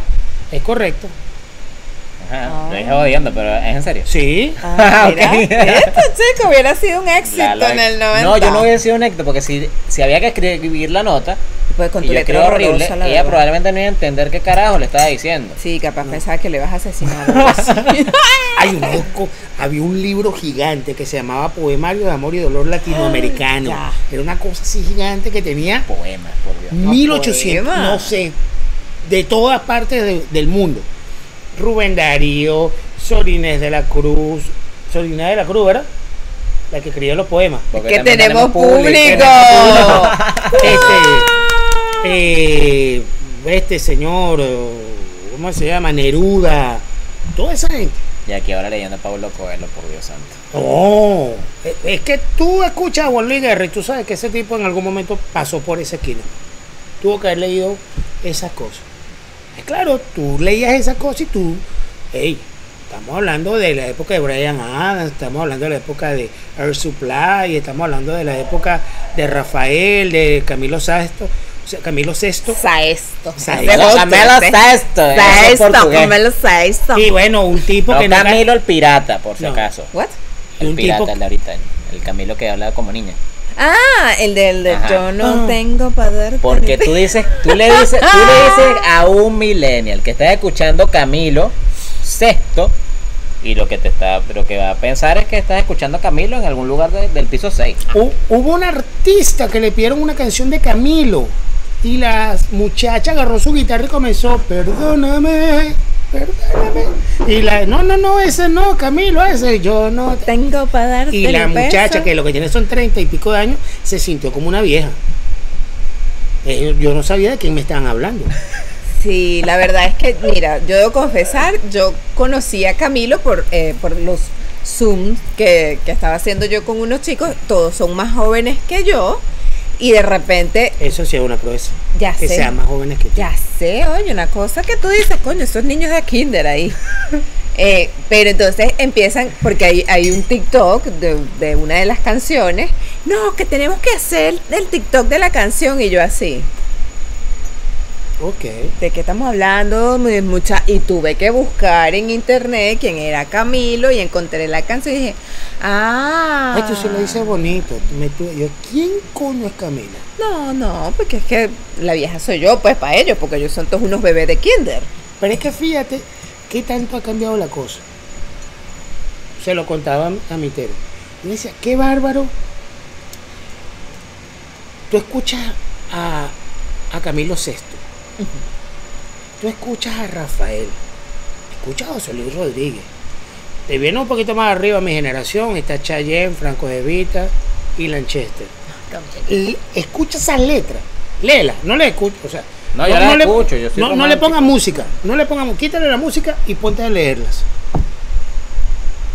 [SPEAKER 3] Es correcto.
[SPEAKER 1] Ajá,
[SPEAKER 2] Ah.
[SPEAKER 1] Lo dije odiando, pero es en serio.
[SPEAKER 3] Sí.
[SPEAKER 2] Ah,
[SPEAKER 1] Ok.
[SPEAKER 2] mira, esto, chico, hubiera sido un éxito
[SPEAKER 1] La- la-
[SPEAKER 2] en el 90.
[SPEAKER 1] No, yo no hubiera sido un éxito, porque si, si había que escribir la nota,
[SPEAKER 2] Pues con
[SPEAKER 1] y
[SPEAKER 2] tu
[SPEAKER 1] yo
[SPEAKER 2] letra
[SPEAKER 1] creo horrible,
[SPEAKER 2] horrorosa, la
[SPEAKER 1] ella
[SPEAKER 2] verdad.
[SPEAKER 1] probablemente no iba a entender qué carajo le estaba diciendo.
[SPEAKER 2] Sí, capaz pensaba que le vas a asesinar. o algo así.
[SPEAKER 3] Hay un loco, había un libro gigante que se llamaba Poemario de Amor y Dolor Latinoamericano.
[SPEAKER 2] ya.
[SPEAKER 3] Era una cosa así gigante que tenía
[SPEAKER 1] Poemas, por Dios.
[SPEAKER 3] 1800,
[SPEAKER 2] poema.
[SPEAKER 3] no sé, de todas partes de- del mundo. Rubén Darío, Sorines de la Cruz, Sorina de la Cruz, ¿verdad? La que escribió los poemas.
[SPEAKER 1] Porque
[SPEAKER 2] que
[SPEAKER 1] también
[SPEAKER 2] tenemos público.
[SPEAKER 3] Este, eh, este señor, eh, ¿cómo se llama? Neruda, toda esa gente.
[SPEAKER 1] Y aquí ahora leyendo a Pablo Coelho, por Dios santo.
[SPEAKER 3] No, es- Oh. Eh, es que tú escuchas a Juan Luis Guerra y tú sabes que ese tipo en algún momento pasó por esa esquina. Tuvo que haber leído esas cosas. Y claro, tú leías esas cosas y tú, hey, estamos hablando de la época de Brian Adams, estamos hablando de la época de Air Supply, estamos hablando de la época de Rafael, de Camilo Sesto, o sea, Camilo Sexto.
[SPEAKER 2] Saesto.
[SPEAKER 3] Saesto.
[SPEAKER 2] Ese es otro,
[SPEAKER 1] Camelo
[SPEAKER 2] ese.
[SPEAKER 1] Saesto, ese es
[SPEAKER 2] Saesto,
[SPEAKER 1] portugués.
[SPEAKER 2] Camelo Saesto.
[SPEAKER 3] Y bueno, un tipo
[SPEAKER 1] No,
[SPEAKER 3] que no
[SPEAKER 1] Camilo el pirata, por si
[SPEAKER 3] No.
[SPEAKER 1] acaso.
[SPEAKER 2] What?
[SPEAKER 1] El
[SPEAKER 3] Un
[SPEAKER 1] pirata,
[SPEAKER 3] tipo-
[SPEAKER 1] el de ahorita. el- El Camilo que hablaba como niña.
[SPEAKER 2] Ah, el del de
[SPEAKER 1] Ajá.
[SPEAKER 2] yo no
[SPEAKER 3] Ah.
[SPEAKER 2] tengo para darte.
[SPEAKER 1] Porque tú dices, tú le dices, tú le dices a un millennial que está escuchando Camilo sexto y lo que te está, lo que va a pensar es que estás escuchando a Camilo en algún lugar de- del piso 6.
[SPEAKER 3] Hu- Hubo un artista que le pidieron una canción de Camilo y la muchacha agarró su guitarra y comenzó, perdóname, perdóname. Y la, no, no, no, ese no, Camilo, ese yo no.
[SPEAKER 2] No tengo para darte.
[SPEAKER 3] Y la
[SPEAKER 2] ni peso.
[SPEAKER 3] muchacha, que lo que tiene son treinta y pico de años, se sintió como una vieja. Eh, yo no sabía de quién me estaban hablando.
[SPEAKER 2] Sí, la verdad es que, mira, yo debo confesar, yo conocí a Camilo por, eh, por los Zooms que, que estaba haciendo yo con unos chicos, todos son más jóvenes que yo, y de repente,
[SPEAKER 3] Eso sí es una proeza.
[SPEAKER 2] Ya
[SPEAKER 3] que
[SPEAKER 2] sé.
[SPEAKER 3] sean más jóvenes que tú.
[SPEAKER 2] ya sé, oye, una cosa que tú dices, coño, esos niños de kinder ahí. Eh, pero entonces empiezan, porque hay, hay un TikTok de, de una de las canciones, no, que tenemos que hacer el TikTok de la canción, y yo así.
[SPEAKER 3] Ok.
[SPEAKER 2] ¿De qué estamos hablando? Mu- Mucha, y tuve que buscar en internet quién era Camilo y encontré la canción y dije, ah.
[SPEAKER 3] Ay, tú se lo dices bonito. Me tuve- yo, ¿quién coño es Camila?
[SPEAKER 2] No, no, porque es que la vieja soy yo, pues para ellos, porque ellos son todos unos bebés de kinder.
[SPEAKER 3] Pero es que fíjate qué tanto ha cambiado la cosa. Se lo contaba a mi tero. Y decía, qué bárbaro. Tú escuchas a, a Camilo VI. Tú escuchas a Rafael. Escuchas a José Luis Rodríguez. Te viene un poquito más arriba mi generación. Está Chayen, Franco de Vita y Lanchester. Y escucha esas letras. Léela, no le escucho. O sea,
[SPEAKER 1] No, yo las escucho, yo soy
[SPEAKER 3] no, no le
[SPEAKER 1] romántico.
[SPEAKER 3] ponga música. No le ponga, mu- quítale la música y ponte a leerlas.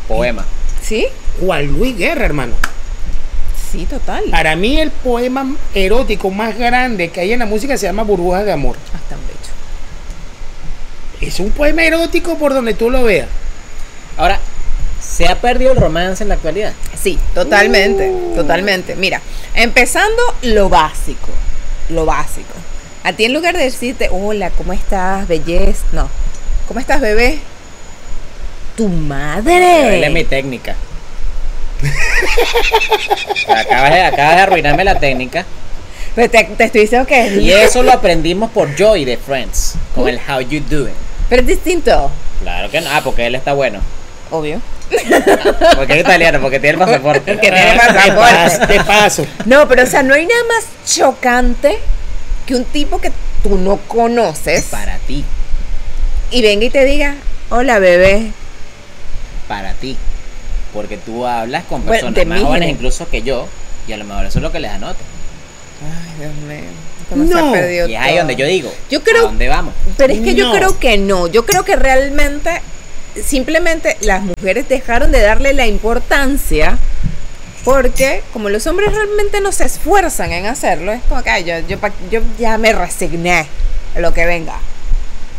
[SPEAKER 1] Poema.
[SPEAKER 2] ¿Sí?
[SPEAKER 3] Juan Luis Guerra, hermano.
[SPEAKER 2] Sí, total.
[SPEAKER 3] Para mí el poema erótico más grande que hay en la música se llama Burbujas de Amor.
[SPEAKER 2] Ah, tan bello.
[SPEAKER 3] Es un poema erótico por donde tú lo veas.
[SPEAKER 1] Ahora, ¿se ha perdido el romance en la actualidad?
[SPEAKER 2] Sí, totalmente,
[SPEAKER 3] Uh.
[SPEAKER 2] totalmente. Mira, empezando lo básico, lo básico. A ti en lugar de decirte, hola, ¿cómo estás, belleza? No, ¿cómo estás, bebé? Tu
[SPEAKER 1] Esa es mi
[SPEAKER 2] madre.
[SPEAKER 1] técnica. acabas, de, acabas de arruinarme la técnica.
[SPEAKER 2] Pero te, te estoy diciendo que es
[SPEAKER 1] Y eso lo aprendimos por Joy de Friends, con el How You Doing.
[SPEAKER 2] Pero es distinto,
[SPEAKER 1] Claro que no. Ah, porque él está bueno.
[SPEAKER 2] obvio.
[SPEAKER 1] Porque es italiano, porque tiene el pasaporte.
[SPEAKER 2] Porque tiene pasaporte.
[SPEAKER 3] Te paso.
[SPEAKER 2] No, pero o sea, no hay nada más chocante que un tipo que tú no conoces
[SPEAKER 1] Para ti,
[SPEAKER 2] y venga y te diga, hola, bebé.
[SPEAKER 1] para ti. Porque tú hablas con
[SPEAKER 2] Bueno,
[SPEAKER 1] personas
[SPEAKER 2] de
[SPEAKER 1] más
[SPEAKER 2] mí,
[SPEAKER 1] jóvenes
[SPEAKER 2] ¿no?
[SPEAKER 1] incluso que yo, y a lo mejor eso es lo que les anota.
[SPEAKER 2] Ay, Dios mío.
[SPEAKER 3] cómo se ha perdido
[SPEAKER 1] Y es ahí donde yo digo,
[SPEAKER 2] Yo creo-
[SPEAKER 1] ¿a dónde vamos?
[SPEAKER 2] Pero es que yo
[SPEAKER 3] No.
[SPEAKER 2] creo que no. Yo creo que realmente, simplemente las mujeres dejaron de darle la importancia porque, como los hombres realmente no se esfuerzan en hacerlo, es como que "Ay, yo, yo, pa- yo ya me resigné a lo que venga.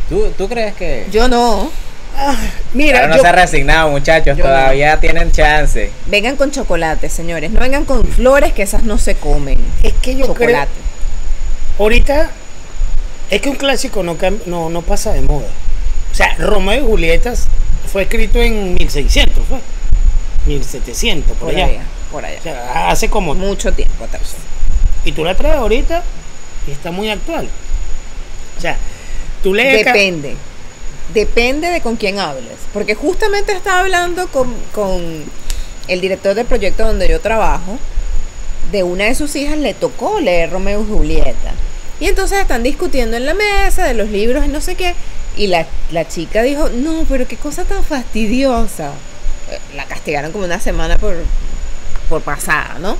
[SPEAKER 1] ¿Tú, tú crees que...?
[SPEAKER 2] Yo no.
[SPEAKER 3] Ah, Mira,
[SPEAKER 1] Claro, no
[SPEAKER 3] yo-
[SPEAKER 1] se ha resignado, muchachos.
[SPEAKER 3] Yo no.
[SPEAKER 1] Todavía tienen chance.
[SPEAKER 2] Vengan con chocolate, señores. No vengan con flores, que esas no se comen.
[SPEAKER 3] es que yo creo,
[SPEAKER 2] chocolate.
[SPEAKER 3] ahorita es que un clásico no, cam- no, no pasa de moda. O sea, Romeo y Julieta fue escrito en 1600, fue. 1700, por,
[SPEAKER 2] Por
[SPEAKER 3] allá.
[SPEAKER 2] allá, por allá.
[SPEAKER 3] O sea, hace como...
[SPEAKER 2] Mucho tiempo atrás.
[SPEAKER 3] Y tú la traes ahorita y está muy actual. O sea, tú lees... ca-
[SPEAKER 2] Depende. Depende de con quién hables. Porque justamente estaba hablando con, con el director del proyecto donde yo trabajo. De una de sus hijas le tocó leer Romeo y Julieta. Y entonces están discutiendo en la mesa de los libros y no sé qué. Y la, la chica dijo, no, pero qué cosa tan fastidiosa. Eh, La castigaron como una semana por, por pasada, ¿no?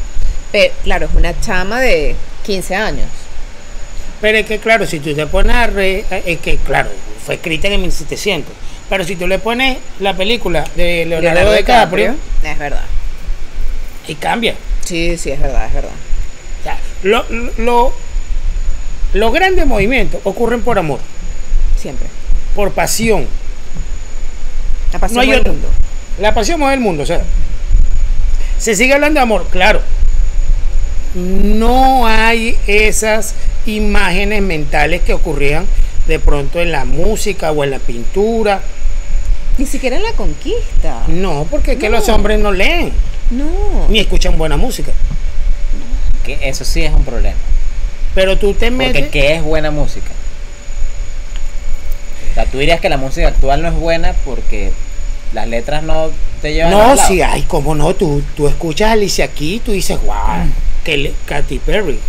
[SPEAKER 2] Pero claro, es una chama de 15 años.
[SPEAKER 3] Pero es que claro, si tú te pones a re- es que claro, fue escrita en el 1700. Pero si tú le pones la película de Leonardo, DiCaprio,
[SPEAKER 2] Es verdad.
[SPEAKER 3] y cambia.
[SPEAKER 2] Sí, sí, es verdad, es verdad.
[SPEAKER 3] O sea, lo- lo- los grandes movimientos ocurren por amor,
[SPEAKER 2] Siempre.
[SPEAKER 3] por pasión.
[SPEAKER 2] La pasión
[SPEAKER 3] No hay
[SPEAKER 2] por el
[SPEAKER 3] otro.
[SPEAKER 2] mundo.
[SPEAKER 3] La pasión mueve el mundo, o sea. Se sigue hablando de amor, claro. No hay esas imágenes mentales que ocurrían de pronto en la música o en la pintura.
[SPEAKER 2] Ni siquiera en la conquista.
[SPEAKER 3] No, porque es que
[SPEAKER 2] No.
[SPEAKER 3] los hombres no leen
[SPEAKER 2] No.
[SPEAKER 3] ni escuchan buena música.
[SPEAKER 1] Que eso sí es un problema.
[SPEAKER 3] Pero tú te metes.
[SPEAKER 1] Porque ¿qué es buena música? O sea, tú dirías que la música actual no es buena porque las letras no te llevan a
[SPEAKER 3] No, sí, ay, cómo no. Tú, tú escuchas a Alicia aquí y tú dices,
[SPEAKER 2] Mm.
[SPEAKER 3] wow, que le- Katy Perry.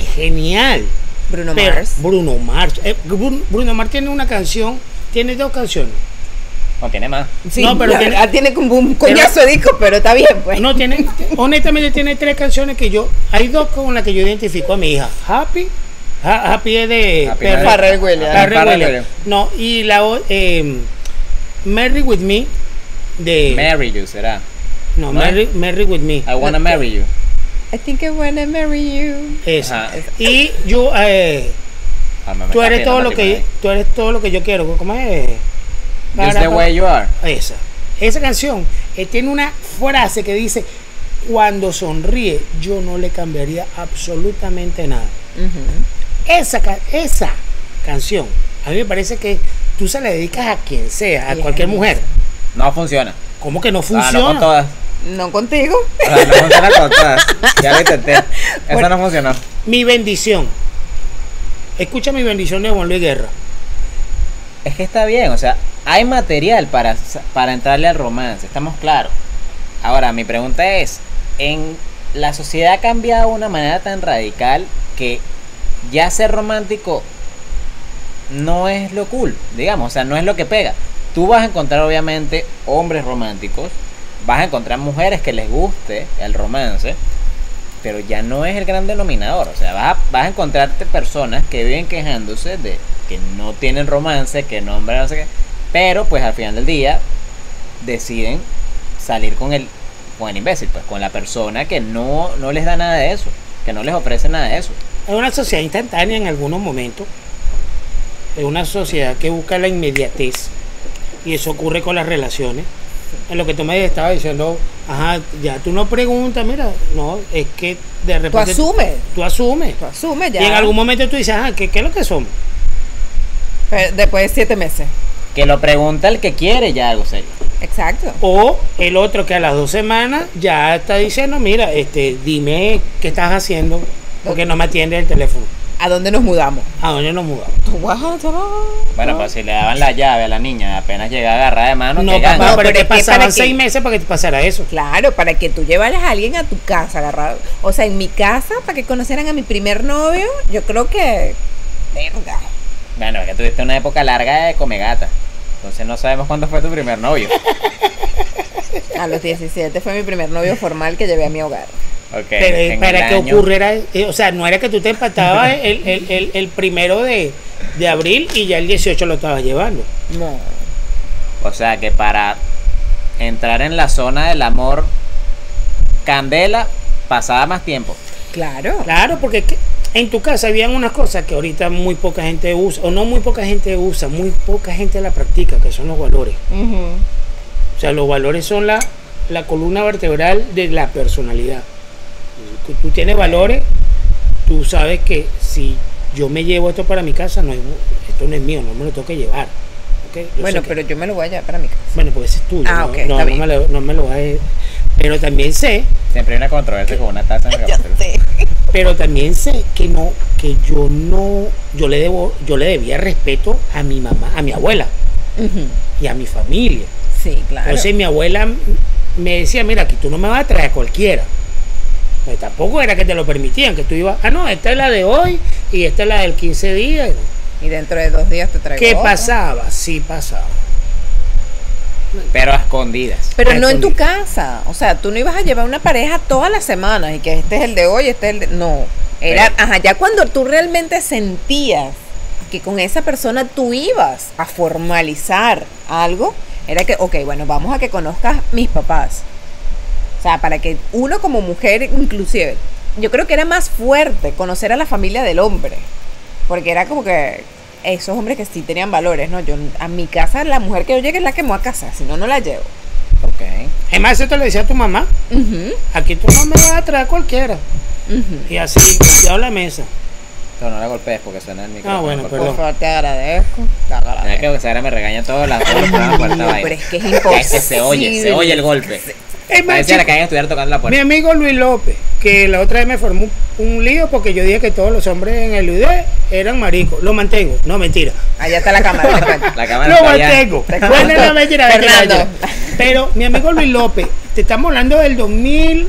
[SPEAKER 3] Es genial.
[SPEAKER 2] Bruno
[SPEAKER 3] Pero
[SPEAKER 2] Mars.
[SPEAKER 3] Bruno Mars. eh, Bru- Bruno Mars tiene una canción, tiene dos canciones. ah.
[SPEAKER 1] No tiene más.
[SPEAKER 2] Sí,
[SPEAKER 3] No, pero
[SPEAKER 2] la
[SPEAKER 3] que-
[SPEAKER 2] verdad, tiene como un coñazo de disco, pero está bien, pues.
[SPEAKER 3] No, tiene, honestamente tiene tres canciones que yo, hay dos con las que yo identifico a mi hija, Happy A, a pie de
[SPEAKER 1] A pie
[SPEAKER 3] perro.
[SPEAKER 1] de-
[SPEAKER 2] Farrell Williams.
[SPEAKER 3] Farrell
[SPEAKER 1] Farrell
[SPEAKER 3] Williams.
[SPEAKER 1] Williams.
[SPEAKER 3] No, y la o- eh, Merry With Me de...
[SPEAKER 1] Marry you será.
[SPEAKER 3] no,
[SPEAKER 1] ¿no?
[SPEAKER 3] Merry, Merry With Me.
[SPEAKER 1] I wanna marry you.
[SPEAKER 2] I think I wanna marry you.
[SPEAKER 3] Esa.
[SPEAKER 1] Ajá.
[SPEAKER 3] Y yo... eh,
[SPEAKER 1] Ah, me- me
[SPEAKER 3] tú
[SPEAKER 1] está
[SPEAKER 3] eres
[SPEAKER 1] pidiendo
[SPEAKER 3] todo lo que
[SPEAKER 1] matrimonio.
[SPEAKER 3] tú eres todo lo que yo quiero cómo es
[SPEAKER 1] Just the way you are.
[SPEAKER 3] esa esa canción eh, tiene una frase que dice cuando sonríe yo no le cambiaría absolutamente nada
[SPEAKER 2] Ujú.
[SPEAKER 3] esa ca- esa canción a mí me parece que tú se la dedicas a quien sea a
[SPEAKER 2] Yes.
[SPEAKER 3] cualquier mujer
[SPEAKER 1] No funciona.
[SPEAKER 3] cómo que no
[SPEAKER 1] Ah,
[SPEAKER 3] funciona
[SPEAKER 1] no con todas.
[SPEAKER 2] No contigo.
[SPEAKER 1] O sea, no funciona con todas. Ya lo intenté. Esa no funcionó.
[SPEAKER 3] mi bendición escucha mi bendición de Juan Luis Guerra
[SPEAKER 1] Es que está bien, o sea, hay material para, para entrarle al romance, estamos claros. Ahora, mi pregunta es, en la sociedad ha cambiado de una manera tan radical que ya ser romántico no es lo cool, digamos, o sea, no es lo que pega. Tú vas a encontrar obviamente hombres románticos, vas a encontrar mujeres que les guste el romance, pero ya no es el gran denominador. O sea, vas a, vas a encontrarte personas que viven quejándose de que no tienen romance, que no, hombre, no sé qué, pero pues al final del día deciden salir con el, con el imbécil, pues con la persona que no, no les da nada de eso, que no les ofrece nada de eso.
[SPEAKER 3] Es una sociedad instantánea en algunos momentos. Es una sociedad que busca la inmediatez. Y eso ocurre con las relaciones. En lo que tú me estabas diciendo, ajá, ya tú no preguntas, mira, no, es que de
[SPEAKER 2] Tú
[SPEAKER 3] repente.
[SPEAKER 2] asumes.
[SPEAKER 3] Tú asumes.
[SPEAKER 2] Tú asumes ya.
[SPEAKER 3] Y en algún momento tú dices, ajá, ¿qué, qué es lo que somos?
[SPEAKER 2] Pero después de siete meses.
[SPEAKER 1] Que lo pregunta el que quiere ya algo serio.
[SPEAKER 2] Exacto.
[SPEAKER 3] O el otro que a las dos semanas ya está diciendo, mira, este, dime qué estás haciendo, porque no me atiende el teléfono.
[SPEAKER 2] ¿A dónde nos mudamos?
[SPEAKER 3] ¿A dónde nos mudamos?
[SPEAKER 1] Bueno, pues si le daban la llave a la niña, apenas llega agarrada de mano,
[SPEAKER 3] No,
[SPEAKER 1] que gana.
[SPEAKER 3] papá,
[SPEAKER 2] No, pero
[SPEAKER 3] pero, es que
[SPEAKER 2] es que para
[SPEAKER 3] pasaban
[SPEAKER 2] que-
[SPEAKER 3] seis meses para que te pasara eso.
[SPEAKER 2] Claro, para que tú llevaras a alguien a tu casa agarrado. O sea, en mi casa, para que conocieran a mi primer novio, yo creo que. Verga.
[SPEAKER 1] Bueno, es que tuviste una época larga de comegata. Entonces no sabemos cuándo fue tu primer novio.
[SPEAKER 2] A los 17 fue mi primer novio formal que llevé a mi hogar.
[SPEAKER 1] Ok,
[SPEAKER 3] Pero eh,
[SPEAKER 1] en el
[SPEAKER 3] para que
[SPEAKER 1] año-
[SPEAKER 3] ocurriera, eh, o sea, no era que tú te empatabas el, el- el- el primero de, de abril y ya el 18 lo estabas llevando.
[SPEAKER 2] No.
[SPEAKER 1] O sea que para entrar en la zona del amor candela pasaba más tiempo.
[SPEAKER 2] Claro.
[SPEAKER 3] Claro, porque es que en tu casa habían unas cosas que ahorita muy poca gente usa, o no muy poca gente usa, muy poca gente la practica, que son los valores.
[SPEAKER 2] Ujú.
[SPEAKER 3] O sea, los valores son la, la columna vertebral de la personalidad. Tú- Tú tienes valores, tú sabes que si yo me llevo esto para mi casa, no es- esto no es mío, no me lo tengo que llevar. ¿ok? Yo sé
[SPEAKER 2] Bueno,
[SPEAKER 3] que-
[SPEAKER 2] pero yo me lo voy a llevar para mi casa.
[SPEAKER 3] Bueno, porque ese es tuyo.
[SPEAKER 2] Ah,
[SPEAKER 3] ¿no?
[SPEAKER 2] ok,
[SPEAKER 3] no,
[SPEAKER 2] está
[SPEAKER 3] no
[SPEAKER 2] bien.
[SPEAKER 3] me lo, no me lo vas a- Pero también sé,
[SPEAKER 1] Siempre hay una controversia con una taza en el capítulo.
[SPEAKER 3] pero también sé que no, que yo no, yo le debo, yo le debía respeto a mi mamá, a mi abuela
[SPEAKER 2] Ujú.
[SPEAKER 3] y a mi familia.
[SPEAKER 2] Sí, claro.
[SPEAKER 3] Entonces mi abuela m- me decía, mira, aquí tú no me vas a traer a cualquiera. Pues tampoco era que te lo permitían, que tú ibas, ah no, esta es la de hoy y esta es la del 15 días.
[SPEAKER 2] Y dentro de dos días te traigo.
[SPEAKER 3] ¿Qué
[SPEAKER 2] otra.
[SPEAKER 3] pasaba? Sí pasaba.
[SPEAKER 1] Pero a escondidas.
[SPEAKER 2] Pero
[SPEAKER 3] Ah,
[SPEAKER 2] no en tu
[SPEAKER 3] escondido.
[SPEAKER 2] casa. O sea, tú no ibas a llevar una pareja todas las semanas y que este es el de hoy, este es el de. No. Era,
[SPEAKER 1] Pero-
[SPEAKER 2] ajá, ya cuando tú realmente sentías que con esa persona tú ibas a formalizar algo, era que, ok, bueno, vamos a que conozcas mis papás. O sea, para que uno como mujer, inclusive, yo creo que era más fuerte conocer a la familia del hombre. Porque era como que esos hombres que sí tenían valores, ¿no? Yo, a mi casa, la mujer que yo llegue es la que me voy a casar, si no, no la llevo.
[SPEAKER 1] Ok.
[SPEAKER 3] Además, eso te lo decía tu mamá,
[SPEAKER 2] Ujú,
[SPEAKER 3] aquí tú no me vas a traer a cualquiera.
[SPEAKER 2] ujú.
[SPEAKER 3] Y así, golpeado la mesa.
[SPEAKER 1] Pero no la golpees porque suena el micrófono.
[SPEAKER 3] bueno,
[SPEAKER 1] por
[SPEAKER 3] perdón.
[SPEAKER 2] Por favor, te agradezco. Te
[SPEAKER 1] favor. Mira
[SPEAKER 2] agradezco.
[SPEAKER 1] que Sara me regaña todas las todos los programas por esta
[SPEAKER 2] No,
[SPEAKER 1] vaina.
[SPEAKER 2] pero es que es
[SPEAKER 1] Ya es que se oye, se
[SPEAKER 2] imposible.
[SPEAKER 1] oye el golpe.
[SPEAKER 3] Es más,
[SPEAKER 1] Parece que la
[SPEAKER 3] chico,
[SPEAKER 1] caen a estudiar tocando la
[SPEAKER 3] mi
[SPEAKER 1] puerta.
[SPEAKER 3] amigo Luis López, que la otra vez me formó un lío porque yo dije que todos los hombres en el UD eran maricos. Lo mantengo. No, mentira.
[SPEAKER 2] Allá está la cámara, te cuento.
[SPEAKER 1] La cámara
[SPEAKER 3] Lo
[SPEAKER 1] Ah, está allá.
[SPEAKER 3] mantengo.
[SPEAKER 2] Te
[SPEAKER 3] Bueno,
[SPEAKER 2] cuento.
[SPEAKER 3] no, mentira, mentira,
[SPEAKER 2] Fernando.
[SPEAKER 3] mentira. Pero mi amigo Luis López, te estamos hablando del 2000,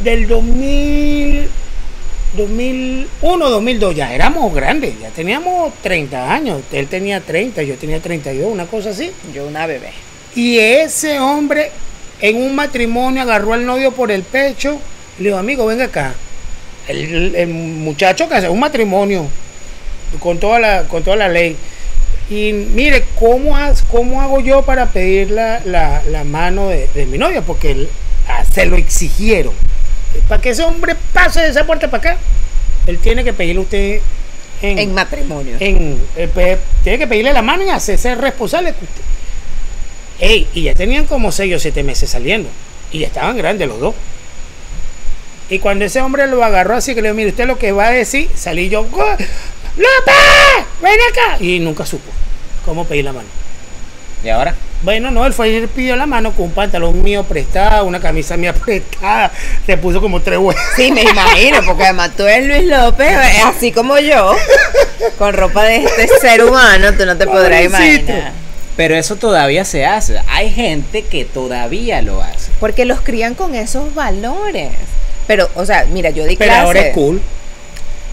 [SPEAKER 3] del 2000, 2001, 2002. Ya éramos grandes, ya teníamos 30 años. Él tenía 30, yo tenía 32, una cosa así.
[SPEAKER 2] Yo una bebé.
[SPEAKER 3] Y ese hombre en un matrimonio agarró al novio por el pecho y le dijo, amigo, venga acá. el, el muchacho que hace un matrimonio con toda la, con toda la ley. Y mire, ¿cómo, has, ¿cómo hago yo para pedir la, la, la mano de, de mi novia? Porque él- ah, se lo exigieron. Para que ese hombre pase de esa puerta para acá, él tiene que pedirle a usted en,
[SPEAKER 2] En matrimonio.
[SPEAKER 3] en- eh, pe- tiene que pedirle la mano y hacerse responsable. que usted- Ey, y ya tenían como 6 o 7 meses saliendo. Y ya estaban grandes los dos. Y cuando ese hombre lo agarró así que le dijo, mire, usted lo que va a decir, salí yo, "¡Go- ¡López! ¡Ven acá! Y nunca supo cómo pedir la mano.
[SPEAKER 1] ¿Y ahora?
[SPEAKER 3] Bueno, no, él fue y le pidió la mano con un pantalón mío prestado, una camisa mía prestada. Le puso como tres huevos.
[SPEAKER 2] Sí, me imagino, porque además tú eres Luis López, eh, así como yo, con ropa de este ser humano, tú no te podrás
[SPEAKER 3] Pobrecito.
[SPEAKER 2] imaginar.
[SPEAKER 1] Pero eso todavía se hace. Hay gente que todavía lo hace.
[SPEAKER 2] Porque los crían con esos valores. Pero, o sea, mira, yo di
[SPEAKER 3] Pero
[SPEAKER 2] clases.
[SPEAKER 3] ahora es cool.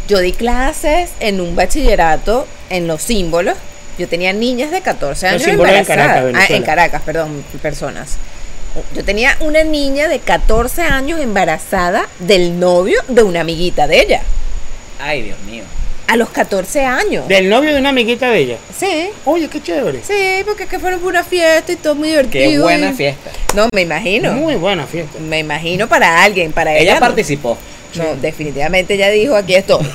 [SPEAKER 2] Yo di clases en un bachillerato en los símbolos. Yo tenía niñas de 14
[SPEAKER 3] Los
[SPEAKER 2] años
[SPEAKER 3] símbolos en
[SPEAKER 2] embarazadas.
[SPEAKER 3] Caracas,
[SPEAKER 2] Ah, en
[SPEAKER 3] Venezuela.
[SPEAKER 2] Caracas, perdón, personas. Yo tenía una niña de 14 años embarazada del novio de una amiguita de ella.
[SPEAKER 1] Ay, Dios mío.
[SPEAKER 2] A los 14 años.
[SPEAKER 3] Del novio de una amiguita de ella.
[SPEAKER 2] Sí.
[SPEAKER 3] Oye, qué chévere.
[SPEAKER 2] Sí, porque es que fueron por una fiesta y todo muy divertido.
[SPEAKER 1] Qué
[SPEAKER 2] y-
[SPEAKER 1] buena fiesta.
[SPEAKER 2] No, me imagino.
[SPEAKER 3] Muy buena fiesta.
[SPEAKER 2] Me imagino para alguien, para ella.
[SPEAKER 1] Ella
[SPEAKER 2] no.
[SPEAKER 1] participó.
[SPEAKER 2] No, definitivamente ella dijo, aquí estoy.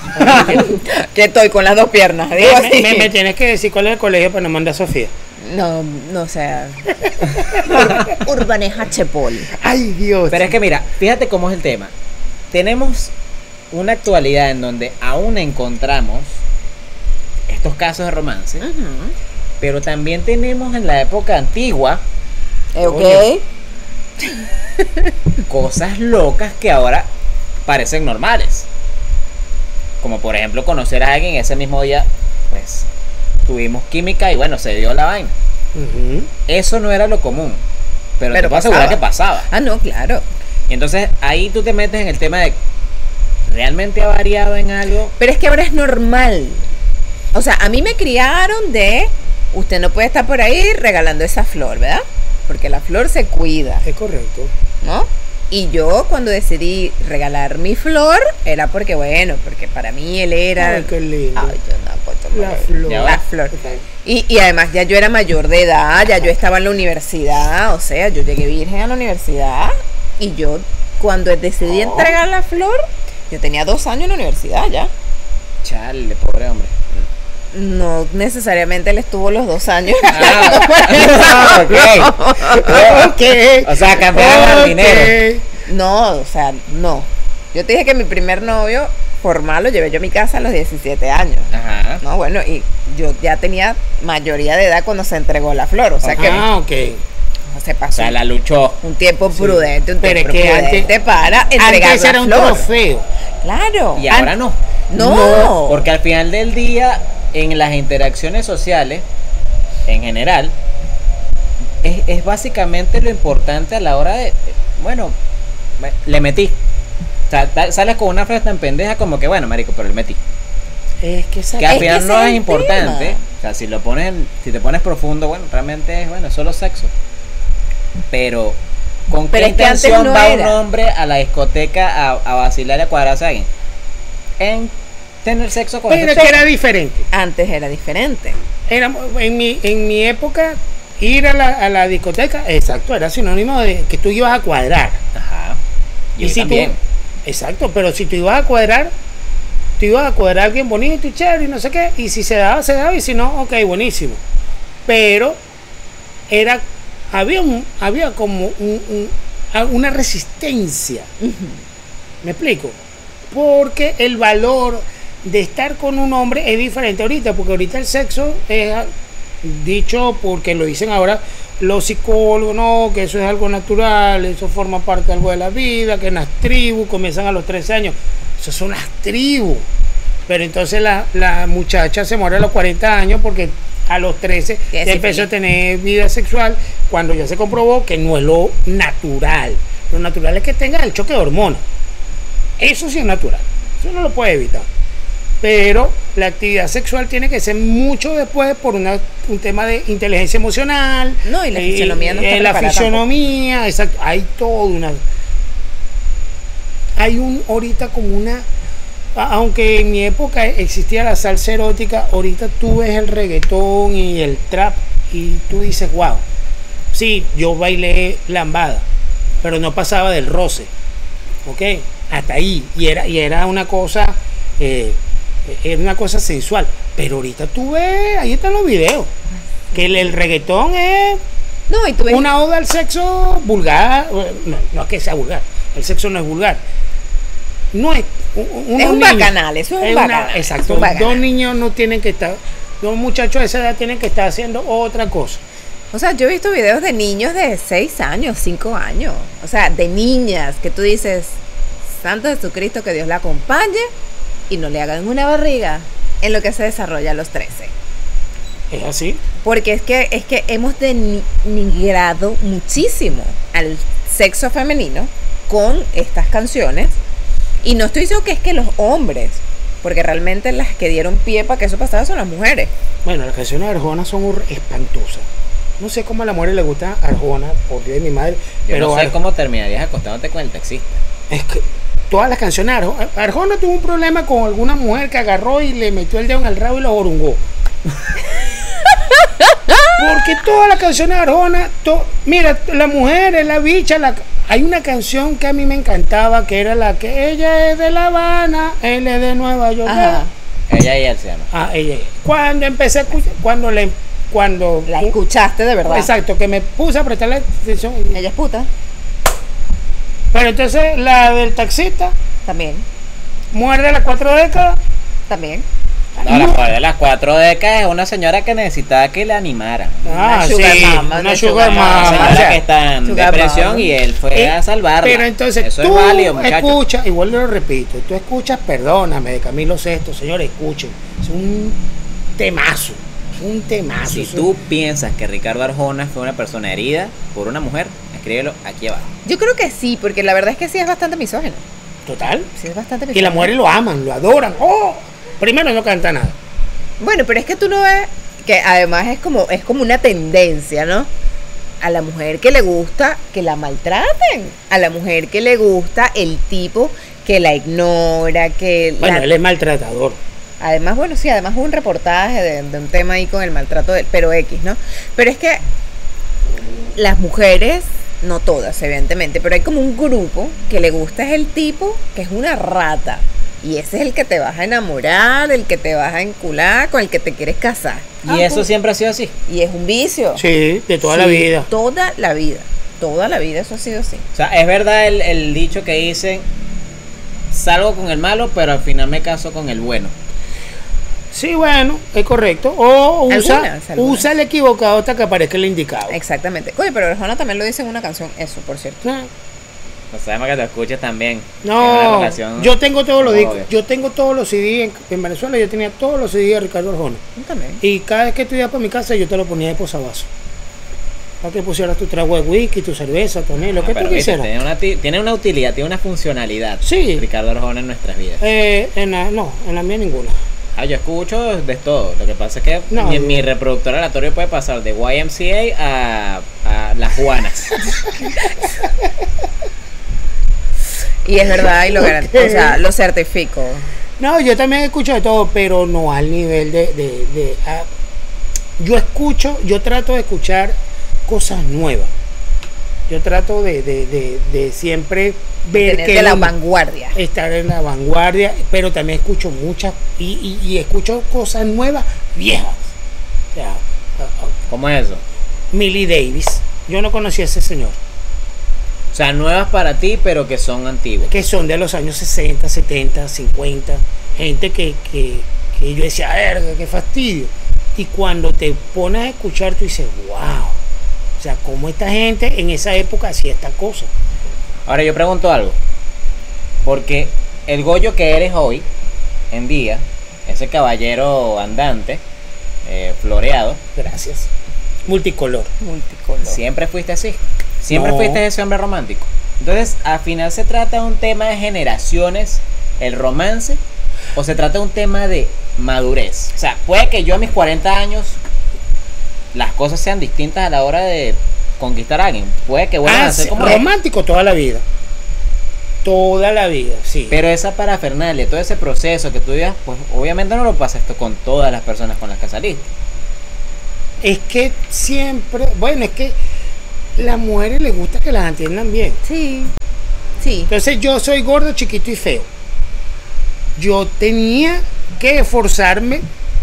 [SPEAKER 2] que estoy con las dos piernas. Digo
[SPEAKER 3] Eh, me,
[SPEAKER 2] así.
[SPEAKER 3] me- me tienes que decir cuál es el colegio para no mandar a Sofía.
[SPEAKER 2] No, no sé. Ur- Urbaneja Chepol.
[SPEAKER 3] Ay, Dios.
[SPEAKER 1] Pero es que mira, fíjate cómo es el tema. Tenemos una actualidad en donde aún encontramos estos casos de romance, pero también tenemos en la época antigua
[SPEAKER 2] Eh, ¿Ok?
[SPEAKER 3] Coño.
[SPEAKER 1] cosas locas que ahora parecen normales. Como por ejemplo conocer a alguien ese mismo día, pues tuvimos química y bueno, se dio la vaina.
[SPEAKER 3] Ujú.
[SPEAKER 1] Eso no era lo común, pero,
[SPEAKER 2] Pero
[SPEAKER 1] te puedo asegurar
[SPEAKER 2] pasaba.
[SPEAKER 1] que pasaba.
[SPEAKER 2] Ah, no, claro.
[SPEAKER 1] Y entonces ahí tú te metes en el tema de, ¿realmente ha variado en algo?
[SPEAKER 2] Pero es que ahora es normal. O sea, a mí me criaron de, usted no puede estar por ahí regalando esa flor, ¿verdad? Porque la flor se cuida,
[SPEAKER 3] Es correcto.
[SPEAKER 2] ¿no? Y yo cuando decidí regalar mi flor era porque, bueno, porque para mí él era...
[SPEAKER 3] Ay, qué lindo.
[SPEAKER 2] Ay, yo no puedo
[SPEAKER 3] la flor.
[SPEAKER 1] Ya
[SPEAKER 2] La flor.
[SPEAKER 3] Está bien.
[SPEAKER 2] Y, y además ya yo era mayor de edad, ya yo estaba en la universidad, o sea, yo llegué virgen a la universidad y yo cuando decidí
[SPEAKER 1] Oh.
[SPEAKER 2] entregar la flor, yo tenía dos años en la universidad ya.
[SPEAKER 1] Chale, pobre hombre.
[SPEAKER 2] No necesariamente él estuvo los dos años.
[SPEAKER 1] Ah, ok.
[SPEAKER 3] Ok.
[SPEAKER 1] O sea, cambiaron
[SPEAKER 3] Ok.
[SPEAKER 1] el dinero.
[SPEAKER 2] No, o sea, no. Yo te dije que mi primer novio formal lo llevé yo a mi casa a los 17 años.
[SPEAKER 1] Ajá.
[SPEAKER 2] No, bueno, y yo ya tenía mayoría de edad cuando se entregó la flor, o sea que
[SPEAKER 3] Ah, ok.
[SPEAKER 2] se
[SPEAKER 1] O
[SPEAKER 2] pasó.
[SPEAKER 1] sea, la luchó.
[SPEAKER 2] un tiempo prudente, un
[SPEAKER 3] Pero
[SPEAKER 2] tiempo
[SPEAKER 3] es que antes-
[SPEAKER 2] prudente para entregar
[SPEAKER 3] Antes
[SPEAKER 2] la
[SPEAKER 3] era un
[SPEAKER 2] flor.
[SPEAKER 3] trofeo.
[SPEAKER 2] Claro.
[SPEAKER 1] Y
[SPEAKER 2] Ah,
[SPEAKER 1] ahora no.
[SPEAKER 2] no.
[SPEAKER 1] Porque al final del día, en las interacciones sociales, en general, es, es básicamente lo importante a la hora de, bueno, me- le metí. O sea, ta- sales con una frase tan pendeja como que, bueno, marico, pero le metí.
[SPEAKER 3] Es que esa.
[SPEAKER 1] Que al
[SPEAKER 2] Es que
[SPEAKER 1] final
[SPEAKER 2] ese
[SPEAKER 1] no
[SPEAKER 2] es
[SPEAKER 1] es
[SPEAKER 2] el
[SPEAKER 1] importante.
[SPEAKER 2] tema.
[SPEAKER 1] O sea, si lo pones, en- si te pones profundo, bueno, realmente es, bueno, es solo sexo. Pero, ¿con
[SPEAKER 2] Pero
[SPEAKER 1] qué
[SPEAKER 2] es que antes
[SPEAKER 1] intención
[SPEAKER 2] no
[SPEAKER 1] va un
[SPEAKER 2] era.
[SPEAKER 1] hombre a la discoteca a, a vacilar y a cuadrarse a alguien? En tener sexo con
[SPEAKER 3] Pero
[SPEAKER 1] esa
[SPEAKER 3] que
[SPEAKER 1] persona.
[SPEAKER 3] era diferente.
[SPEAKER 2] Antes era diferente.
[SPEAKER 3] Era, en, mi, en mi época, ir a la, a la discoteca, exacto, era sinónimo de que tú ibas a cuadrar.
[SPEAKER 1] Ajá. Y,
[SPEAKER 3] si
[SPEAKER 1] también.
[SPEAKER 3] Tú, exacto, pero si tú ibas a cuadrar, tú ibas a cuadrar bien bonito y chévere y no sé qué, y si se daba, se daba, y si no, ok, buenísimo. Pero era, había, un, había como un- un- a- una resistencia. ¿Me explico? Porque el valor de estar con un hombre es diferente ahorita, porque ahorita el sexo es ah, dicho porque lo dicen ahora los psicólogos, no, que eso es algo natural, eso forma parte de algo de la vida, que en las tribus comienzan a los 13 años. Eso son las tribus. Pero entonces la, la muchacha se muere a los 40 años porque a los 13
[SPEAKER 2] Ya
[SPEAKER 3] ya
[SPEAKER 2] se
[SPEAKER 3] empezó
[SPEAKER 2] fue.
[SPEAKER 3] a tener vida sexual cuando ya se comprobó que no es lo natural. Lo natural es que tenga el choque de hormonas. Eso sí es natural. Eso no lo puede evitar. Pero la actividad sexual tiene que ser mucho después por una- un tema de inteligencia emocional.
[SPEAKER 2] No, y la
[SPEAKER 3] eh,
[SPEAKER 2] fisionomía no está
[SPEAKER 3] eh, La
[SPEAKER 2] preparada
[SPEAKER 3] fisionomía, exacto. Hay todo una. Hay un ahorita como una a- aunque en mi época existía la salsa erótica, ahorita tú ves el reggaetón y el trap y tú dices, wow, sí, yo bailé lambada, pero no pasaba del roce, ¿ok? Hasta ahí, y era, y era una cosa, eh, era una cosa sensual, pero ahorita tú ves, ahí están los videos, que el, el reggaetón es
[SPEAKER 2] No, y tú ves.
[SPEAKER 3] una oda al sexo vulgar, eh, no, no es que sea vulgar, el sexo no es vulgar. No es u- u-
[SPEAKER 2] es
[SPEAKER 3] unos
[SPEAKER 2] un
[SPEAKER 3] niños-
[SPEAKER 2] bacanal, eso es,
[SPEAKER 3] es
[SPEAKER 2] un
[SPEAKER 3] una-
[SPEAKER 2] bacanal. es
[SPEAKER 3] exacto.
[SPEAKER 2] un bacanal.
[SPEAKER 3] Dos niños no tienen que estar, dos muchachos a esa edad tienen que estar haciendo otra cosa.
[SPEAKER 2] O sea, yo he visto videos de niños de 6 años, 5 años. O sea, de niñas que tú dices, Santo Jesucristo, que Dios la acompañe y no le hagan una barriga en lo que se desarrolla a los 13.
[SPEAKER 3] Es así.
[SPEAKER 2] Porque es que, es que hemos denigrado muchísimo al sexo femenino con estas canciones. Y no estoy diciendo que es que los hombres, porque realmente las que dieron pie para que eso pasara son las mujeres.
[SPEAKER 3] Bueno, las canciones de Arjona son hor- espantosas. No sé cómo a la mujer le gusta Arjona, por Dios de mi madre.
[SPEAKER 1] Yo
[SPEAKER 3] pero
[SPEAKER 1] no sé
[SPEAKER 3] Ar-
[SPEAKER 1] cómo terminarías acostándote con el taxista.
[SPEAKER 3] es que todas las canciones de Arjona, Arjona tuvo un problema con alguna mujer que agarró y le metió el dedo en el rabo y lo orungó. Porque todas las canciones de Arjona, to- mira, la mujer es la bicha, la- hay una canción que a mí me encantaba, que era la que ella es de La Habana, él es de Nueva York.
[SPEAKER 2] Ajá.
[SPEAKER 1] Ella y él se llama.
[SPEAKER 3] Ah, ella. Cuando empecé a escuchar, cuando le, cuando,
[SPEAKER 2] La escuchaste de verdad.
[SPEAKER 3] exacto, que me puse a prestarle atención.
[SPEAKER 2] Ella es puta
[SPEAKER 3] Pero entonces la del taxista,
[SPEAKER 2] también.
[SPEAKER 3] muerde las cuatro décadas.
[SPEAKER 2] También.
[SPEAKER 1] No, la
[SPEAKER 3] No.
[SPEAKER 1] joven de las cuatro décadas es una señora que necesitaba que la animaran.
[SPEAKER 3] Ah,
[SPEAKER 2] Una sugar
[SPEAKER 3] sí,
[SPEAKER 2] mama,
[SPEAKER 3] una
[SPEAKER 2] una
[SPEAKER 3] sugar
[SPEAKER 2] sugar
[SPEAKER 1] Una
[SPEAKER 3] mama.
[SPEAKER 1] señora
[SPEAKER 3] O sea,
[SPEAKER 1] que está en
[SPEAKER 2] Sugar
[SPEAKER 1] depresión
[SPEAKER 2] mama.
[SPEAKER 1] y él fue
[SPEAKER 3] eh,
[SPEAKER 1] a salvarla.
[SPEAKER 3] Pero entonces
[SPEAKER 1] Eso
[SPEAKER 3] tú
[SPEAKER 1] es válido, muchachos.
[SPEAKER 3] escuchas, igual lo repito, tú escuchas, perdóname, de Camilo Sexto, señores, escuchen. Es un temazo, es un temazo.
[SPEAKER 1] Si
[SPEAKER 3] es
[SPEAKER 1] tú
[SPEAKER 3] un-
[SPEAKER 1] piensas que Ricardo Arjona fue una persona herida por una mujer, escríbelo aquí abajo.
[SPEAKER 2] Yo creo que sí, porque la verdad es que sí es bastante misógino.
[SPEAKER 3] Total.
[SPEAKER 2] Sí es bastante
[SPEAKER 3] Y
[SPEAKER 2] misógino.
[SPEAKER 3] las mujeres lo aman, lo adoran. ¡Oh! Primero no canta nada.
[SPEAKER 2] Bueno, pero es que tú no ves que además es como es como una tendencia, ¿no? A la mujer que le gusta que la maltraten, a la mujer que le gusta el tipo que la ignora, que la-
[SPEAKER 3] Bueno, él es maltratador.
[SPEAKER 2] además bueno sí, además hubo un reportaje de, de un tema ahí con el maltrato del pero X, ¿no? Pero es que las mujeres no todas, evidentemente, pero hay como un grupo que le gusta es el tipo que es una rata. Y ese es el que te vas a enamorar, el que te vas a encular, con el que te quieres casar.
[SPEAKER 1] Y
[SPEAKER 2] Ah,
[SPEAKER 1] eso
[SPEAKER 2] pues.
[SPEAKER 1] siempre ha sido así.
[SPEAKER 2] Y es un vicio.
[SPEAKER 3] Sí, de toda la
[SPEAKER 2] Sí,
[SPEAKER 3] vida.
[SPEAKER 2] Toda la vida. Toda la vida eso ha sido así.
[SPEAKER 1] O sea, es verdad el, el dicho que dicen, salgo con el malo, pero al final me caso con el bueno.
[SPEAKER 3] Sí, bueno, es correcto. O usa,
[SPEAKER 2] Algunas, algunas.
[SPEAKER 3] usa el equivocado hasta que aparezca el indicado.
[SPEAKER 2] Exactamente. Oye, pero Arjona también lo dice en una canción, eso, por cierto.
[SPEAKER 3] Ah.
[SPEAKER 1] No sabemos que te escuches también. Es una
[SPEAKER 3] No,
[SPEAKER 1] relación
[SPEAKER 3] yo tengo todos los discos,
[SPEAKER 1] obvia.
[SPEAKER 3] yo tengo todos los CD en, en Venezuela, yo tenía todos los CD de Ricardo Arjona.
[SPEAKER 2] Yo también.
[SPEAKER 3] Y cada vez que tú ibas para mi casa yo te lo ponía de posavasos. Para que pusieras tu trago de whisky, tu cerveza, tu anhelo, lo
[SPEAKER 1] Ah,
[SPEAKER 3] que
[SPEAKER 1] pero
[SPEAKER 3] tú
[SPEAKER 1] viste,
[SPEAKER 3] quisieras.
[SPEAKER 1] tiene, una, ti- tiene una utilidad, tiene una funcionalidad.
[SPEAKER 3] Sí.
[SPEAKER 1] Ricardo Arjona en nuestras vidas.
[SPEAKER 3] Eh, en la- no, en la mía ninguna.
[SPEAKER 1] Ah, yo escucho de todo. Lo que pasa es que
[SPEAKER 3] No,
[SPEAKER 1] mi,
[SPEAKER 3] yo-
[SPEAKER 1] mi reproductor aleatorio puede pasar de YMCA a, a Las Juanas.
[SPEAKER 2] Y es verdad, y lo garan-
[SPEAKER 3] Ok.
[SPEAKER 2] O sea, lo certifico.
[SPEAKER 3] No, yo también escucho de todo, pero no al nivel de... de- de- ah, yo escucho, yo trato de escuchar cosas nuevas. Yo trato de, de- de- de siempre ver
[SPEAKER 2] Tener
[SPEAKER 3] qué
[SPEAKER 2] de la
[SPEAKER 3] onda.
[SPEAKER 2] vanguardia.
[SPEAKER 3] estar en la vanguardia, pero también escucho muchas y, y- y escucho cosas nuevas, viejas. O sea, a- a-
[SPEAKER 1] ¿Cómo es eso?
[SPEAKER 3] Millie Davis, yo no conocí a ese señor,
[SPEAKER 1] O sea, nuevas para ti, pero que son antiguas.
[SPEAKER 3] que son de los años 60, 70, 50, gente que, que, que yo decía, verga, qué fastidio. Y cuando te pones a escuchar, tú dices, wow. O sea, cómo esta gente en esa época hacía esta cosa.
[SPEAKER 1] Ahora yo pregunto algo. Porque el Goyo que eres hoy, en día, ese caballero andante, eh, floreado,
[SPEAKER 3] Gracias. Multicolor.
[SPEAKER 2] Multicolor.
[SPEAKER 1] siempre fuiste así. Siempre
[SPEAKER 3] No.
[SPEAKER 1] fuiste ese hombre romántico. Entonces, al final se trata de un tema de generaciones, el romance, o se trata de un tema de madurez. O sea, puede que yo a mis 40 años las cosas sean distintas a la hora de conquistar a alguien. Puede que vuelvan
[SPEAKER 3] Ah,
[SPEAKER 1] a ser
[SPEAKER 3] sí,
[SPEAKER 1] como...
[SPEAKER 3] romántico toda la vida. Toda la vida, sí.
[SPEAKER 1] Pero esa parafernalia, todo ese proceso que tú digas, pues obviamente no lo pasas esto con todas las personas con las que saliste.
[SPEAKER 3] es que siempre, bueno, es que las mujeres les gusta que las atiendan bien.
[SPEAKER 2] Sí. Sí.
[SPEAKER 3] Entonces yo soy gordo, chiquito y feo. Yo tenía que esforzarme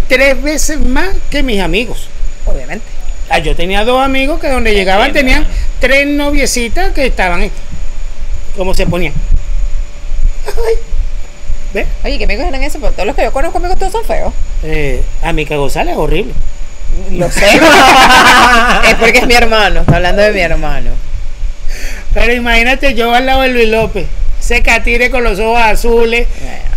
[SPEAKER 3] tres veces más que mis amigos.
[SPEAKER 2] Obviamente.
[SPEAKER 3] Ah, yo tenía dos amigos que donde llegaban
[SPEAKER 1] Entiendo,
[SPEAKER 3] tenían tres noviecitas que estaban ahí. ¿Cómo se ponían? Ay. ¿Ves?
[SPEAKER 2] Oye, que amigos eran esos, pero todos los que yo conozco conmigo todos son feos.
[SPEAKER 3] Eh, Amica González es horrible.
[SPEAKER 2] Lo sé. es porque es mi hermano, está hablando de mi hermano.
[SPEAKER 3] Pero imagínate yo al lado de Luis López. Se catire con los ojos azules,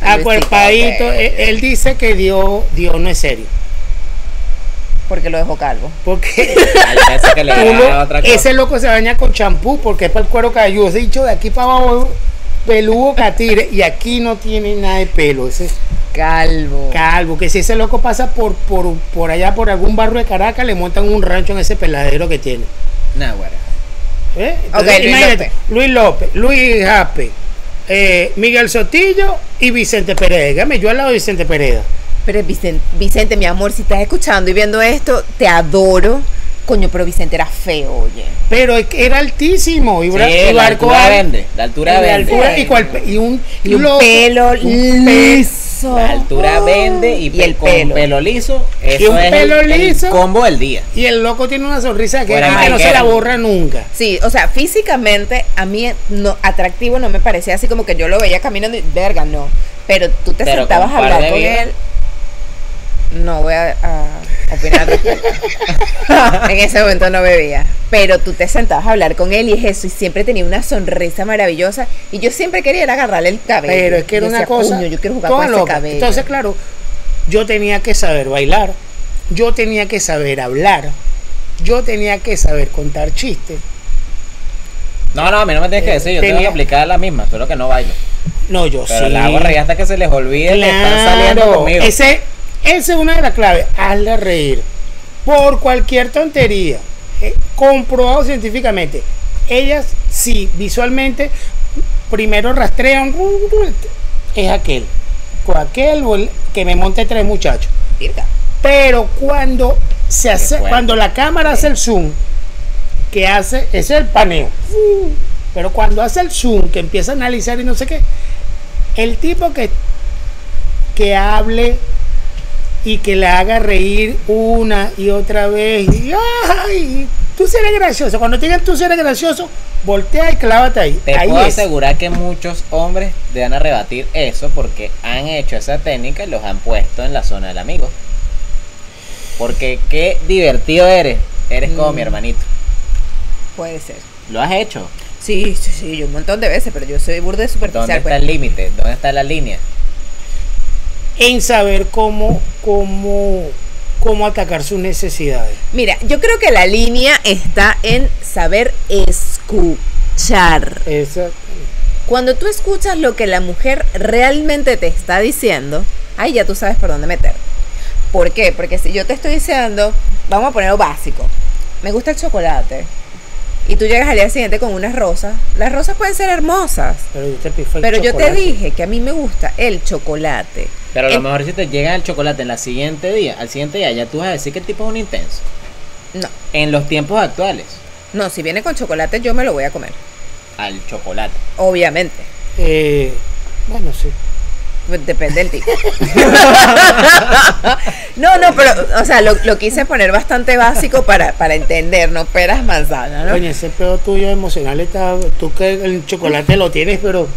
[SPEAKER 3] Ah,
[SPEAKER 2] Bueno,
[SPEAKER 3] acuerpadito.
[SPEAKER 2] Luisito,
[SPEAKER 3] Él, él dice que Dios, Dios no es serio.
[SPEAKER 2] Porque lo dejó calvo.
[SPEAKER 3] Porque
[SPEAKER 1] Ahí parece que le
[SPEAKER 3] tú
[SPEAKER 1] da
[SPEAKER 3] lo-
[SPEAKER 1] otra cosa.
[SPEAKER 3] ese loco se baña con champú porque es para el cuero cabelludo. Ese dicho de aquí para abajo, peludo catire. Y aquí no tiene nada de pelo. Ese es
[SPEAKER 2] Calvo.
[SPEAKER 3] calvo. Que si ese loco pasa por, por, por allá, por algún barrio de Caracas, le montan un rancho en ese peladero que tiene.
[SPEAKER 1] Nah, güera.
[SPEAKER 3] ¿Eh? Entonces,
[SPEAKER 2] Ok, Luis
[SPEAKER 3] imagínate,
[SPEAKER 2] López.
[SPEAKER 3] Luis López, Luis Jape, eh, Miguel Sotillo y Vicente Pereda. Dígame, yo al lado de Vicente Pereda.
[SPEAKER 2] Pero Vicente, Vicente, mi amor, si estás escuchando y viendo esto, te adoro. Coño, pero Vicente era feo, oye.
[SPEAKER 3] Pero es que era altísimo. Y,
[SPEAKER 1] Sí,
[SPEAKER 3] bra- y
[SPEAKER 1] la
[SPEAKER 3] barco
[SPEAKER 1] altura
[SPEAKER 3] al-
[SPEAKER 1] vende. La
[SPEAKER 3] y
[SPEAKER 1] altura
[SPEAKER 3] la
[SPEAKER 1] vende.
[SPEAKER 3] altura- y cual- y un,
[SPEAKER 2] Y un
[SPEAKER 3] loco-
[SPEAKER 2] pelo
[SPEAKER 3] un pe-
[SPEAKER 2] liso.
[SPEAKER 1] La altura vende y,
[SPEAKER 2] el
[SPEAKER 1] con
[SPEAKER 2] pelo.
[SPEAKER 1] liso. Eso
[SPEAKER 3] un
[SPEAKER 1] es
[SPEAKER 3] pelo
[SPEAKER 1] el, el
[SPEAKER 3] liso.
[SPEAKER 1] combo del día.
[SPEAKER 3] Y el loco tiene una sonrisa que,
[SPEAKER 1] Fuera
[SPEAKER 3] ah, que no se
[SPEAKER 1] mariquera.
[SPEAKER 3] la borra nunca.
[SPEAKER 2] Sí, o sea, físicamente a mí no, atractivo no me parecía así como que yo lo veía caminando y verga, no. Pero tú te
[SPEAKER 1] Pero
[SPEAKER 2] sentabas
[SPEAKER 1] con
[SPEAKER 2] a
[SPEAKER 1] un par
[SPEAKER 2] hablar
[SPEAKER 1] de
[SPEAKER 2] con
[SPEAKER 1] vidas.
[SPEAKER 2] él. No voy a, a opinar al respecto. en ese momento no bebía. Pero tú te sentabas a hablar con él y es eso. Y siempre tenía una sonrisa maravillosa. Y yo siempre quería era agarrarle el cabello.
[SPEAKER 3] Pero es que era
[SPEAKER 2] Yo
[SPEAKER 3] una
[SPEAKER 2] decía,
[SPEAKER 3] cosa.
[SPEAKER 2] "Coño, yo quiero jugar
[SPEAKER 3] toda
[SPEAKER 2] con ese
[SPEAKER 3] loca.
[SPEAKER 2] cabello.
[SPEAKER 3] Entonces, claro, yo tenía que saber bailar, yo tenía que saber hablar, yo tenía que saber contar chistes.
[SPEAKER 1] No, no, a mí no me tienes que
[SPEAKER 3] Eh,
[SPEAKER 1] decir. Yo tengo que
[SPEAKER 3] tenía-
[SPEAKER 1] aplicar la misma. Solo que no bailo.
[SPEAKER 3] No, yo
[SPEAKER 1] Pero
[SPEAKER 3] sí.
[SPEAKER 1] la hago reír hasta que se les olvide que están saliendo
[SPEAKER 3] Claro,
[SPEAKER 1] conmigo.
[SPEAKER 3] Ese, esa es una de las claves. Hazla reír. Por cualquier tontería. eh, comprobado científicamente. Ellas sí, visualmente, primero rastrean. Es aquel. Con aquel o el que me monte tres muchachos.
[SPEAKER 2] Virga.
[SPEAKER 3] Pero cuando se hace,
[SPEAKER 1] fuerte.
[SPEAKER 3] cuando la cámara hace el zoom, que hace, ese es el paneo. Pero cuando hace el zoom, que empieza a analizar y no sé qué, el tipo que, que hable y que la haga reír una y otra vez, y ay, tú sí eres gracioso. Cuando te digan tú sí eres gracioso, voltea y clávate ahí.
[SPEAKER 1] Te
[SPEAKER 3] ahí
[SPEAKER 1] puedo
[SPEAKER 3] es.
[SPEAKER 1] asegurar que muchos hombres te van a rebatir eso porque han hecho esa técnica y los han puesto en la zona del amigo. Porque qué divertido eres. Eres como
[SPEAKER 3] Mm.
[SPEAKER 1] mi hermanito.
[SPEAKER 2] Puede ser.
[SPEAKER 1] Lo has hecho.
[SPEAKER 2] Sí, sí, sí, yo un montón de veces, pero yo soy burda de superficial.
[SPEAKER 1] ¿Dónde está
[SPEAKER 2] pues.
[SPEAKER 1] el límite? ¿Dónde está la línea?
[SPEAKER 3] En saber cómo, cómo, cómo atacar sus necesidades.
[SPEAKER 2] Mira, yo creo que la línea está en saber escuchar.
[SPEAKER 3] Esa-
[SPEAKER 2] Cuando tú escuchas lo que la mujer realmente te está diciendo, ahí ya tú sabes por dónde meter. ¿Por qué? Porque si yo te estoy diciendo, vamos a poner lo básico, me gusta el chocolate, y tú llegas al día siguiente con unas rosas, las rosas pueden ser hermosas,
[SPEAKER 3] Pero yo te pifé el
[SPEAKER 2] pero yo te
[SPEAKER 3] chocolate.
[SPEAKER 2] dije que a mí me gusta el chocolate.
[SPEAKER 1] Pero a lo
[SPEAKER 2] En-
[SPEAKER 1] mejor si te llega el chocolate en la siguiente día, al siguiente día ya tú vas a decir que el tipo es un intenso.
[SPEAKER 2] No,
[SPEAKER 1] En los tiempos actuales,
[SPEAKER 2] no, si viene con chocolate yo me lo voy a comer,
[SPEAKER 1] al chocolate.
[SPEAKER 2] obviamente.
[SPEAKER 3] Eh, bueno, sí.
[SPEAKER 2] Pues Depende del tipo. no, no, pero, o sea, lo, lo quise poner bastante básico para, para entender, no peras manzanas, ¿no?
[SPEAKER 3] Coño, ese pedo tuyo emocional está. Tú que el chocolate lo tienes, pero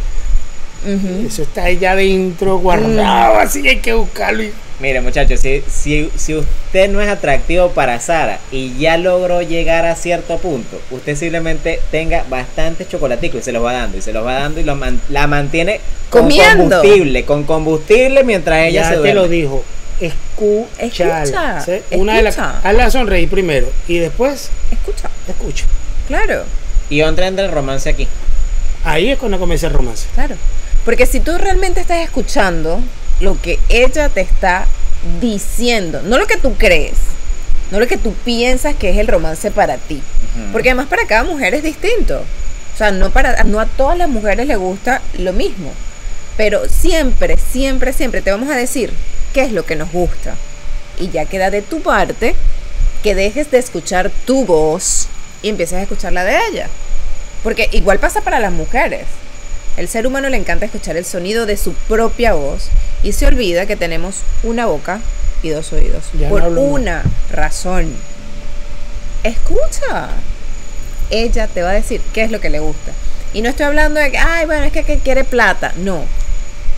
[SPEAKER 2] Ujú.
[SPEAKER 3] eso está ahí ya dentro,
[SPEAKER 2] Mm.
[SPEAKER 3] guardado, así hay que buscarlo. y-
[SPEAKER 1] Mire muchachos, si, si, si usted no es atractivo para Sara y ya logró llegar a cierto punto, usted simplemente tenga bastantes chocolaticos y se los va dando, y se los va dando y los man- la mantiene
[SPEAKER 2] Comiendo.
[SPEAKER 1] con combustible, con combustible mientras ella
[SPEAKER 3] ya
[SPEAKER 1] se
[SPEAKER 3] te
[SPEAKER 1] duerme.
[SPEAKER 3] lo dijo. Escucha.
[SPEAKER 2] Escucha,
[SPEAKER 3] Una de las.
[SPEAKER 2] escucha.
[SPEAKER 3] Hazla sonreír primero y después
[SPEAKER 2] Mm, Escucha,
[SPEAKER 3] escucha.
[SPEAKER 2] claro,
[SPEAKER 1] Y entra entra el romance aquí.
[SPEAKER 3] Ahí es cuando comienza el romance.
[SPEAKER 2] claro. Porque si tú realmente estás escuchando lo que ella te está diciendo, no lo que tú crees, no lo que tú piensas que es el romance para ti. Porque además para cada mujer es distinto. O sea, no, para, no a todas las mujeres les gusta lo mismo. Pero siempre, siempre, siempre te vamos a decir qué es lo que nos gusta. Y ya queda de tu parte que dejes de escuchar tu voz y empieces a escuchar la de ella. Porque igual pasa para las mujeres. El ser humano le encanta escuchar el sonido de su propia voz y se olvida que tenemos una boca y dos oídos.
[SPEAKER 3] Ya no
[SPEAKER 2] por
[SPEAKER 3] hablo más.
[SPEAKER 2] una razón. Escucha. Ella te va a decir qué es lo que le gusta. Y no estoy hablando de que, ay, bueno, es que, que quiere plata. No.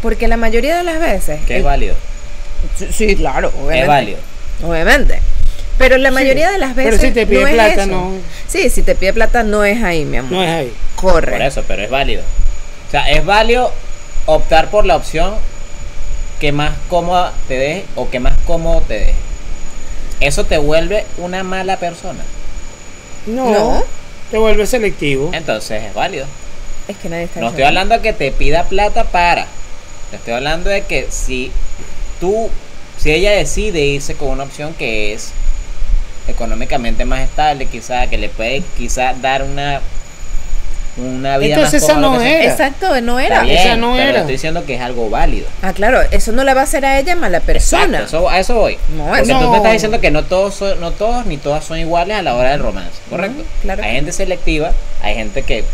[SPEAKER 2] Porque la mayoría de las veces.
[SPEAKER 1] Que es
[SPEAKER 2] el-
[SPEAKER 1] válido.
[SPEAKER 2] sí, sí, claro, obviamente.
[SPEAKER 1] Es válido.
[SPEAKER 2] Obviamente. Pero la
[SPEAKER 3] Sí,
[SPEAKER 2] mayoría de las
[SPEAKER 3] pero
[SPEAKER 2] veces.
[SPEAKER 3] si te pide
[SPEAKER 2] no es
[SPEAKER 3] plata,
[SPEAKER 2] eso.
[SPEAKER 3] no.
[SPEAKER 2] Sí, si te pide plata, no es ahí, mi amor.
[SPEAKER 3] No es ahí.
[SPEAKER 2] Corre.
[SPEAKER 1] Por eso, pero es válido. O sea, es válido optar por la opción que más cómoda te dé o que más cómodo te dé. Eso te vuelve una mala persona.
[SPEAKER 3] No,
[SPEAKER 2] No. Em,
[SPEAKER 3] te vuelve selectivo.
[SPEAKER 1] Entonces es válido.
[SPEAKER 2] Es que nadie está
[SPEAKER 1] No
[SPEAKER 2] diciendo-
[SPEAKER 1] estoy hablando de que te pida plata para. Te estoy hablando de que si tú, si ella decide irse con una opción que es económicamente más estable, quizá que le puede quizá dar una una vida
[SPEAKER 3] Entonces
[SPEAKER 1] más
[SPEAKER 3] esa
[SPEAKER 1] cómoda,
[SPEAKER 3] no
[SPEAKER 1] lo que sea.
[SPEAKER 3] era.
[SPEAKER 2] Exacto, no
[SPEAKER 1] Está
[SPEAKER 2] era.
[SPEAKER 1] bien,
[SPEAKER 3] esa no
[SPEAKER 1] pero
[SPEAKER 3] era.
[SPEAKER 1] estoy diciendo que es algo válido.
[SPEAKER 2] Ah, claro, eso no la va a hacer a ella mala persona.
[SPEAKER 1] Exacto, eso- a eso voy.
[SPEAKER 2] No,
[SPEAKER 1] Porque
[SPEAKER 2] eso-
[SPEAKER 1] tú me estás diciendo que no todos, son- no todos ni todas son iguales a la hora del romance, ¿correcto?
[SPEAKER 2] No, claro
[SPEAKER 1] Hay
[SPEAKER 2] que
[SPEAKER 1] gente selectiva, hay gente que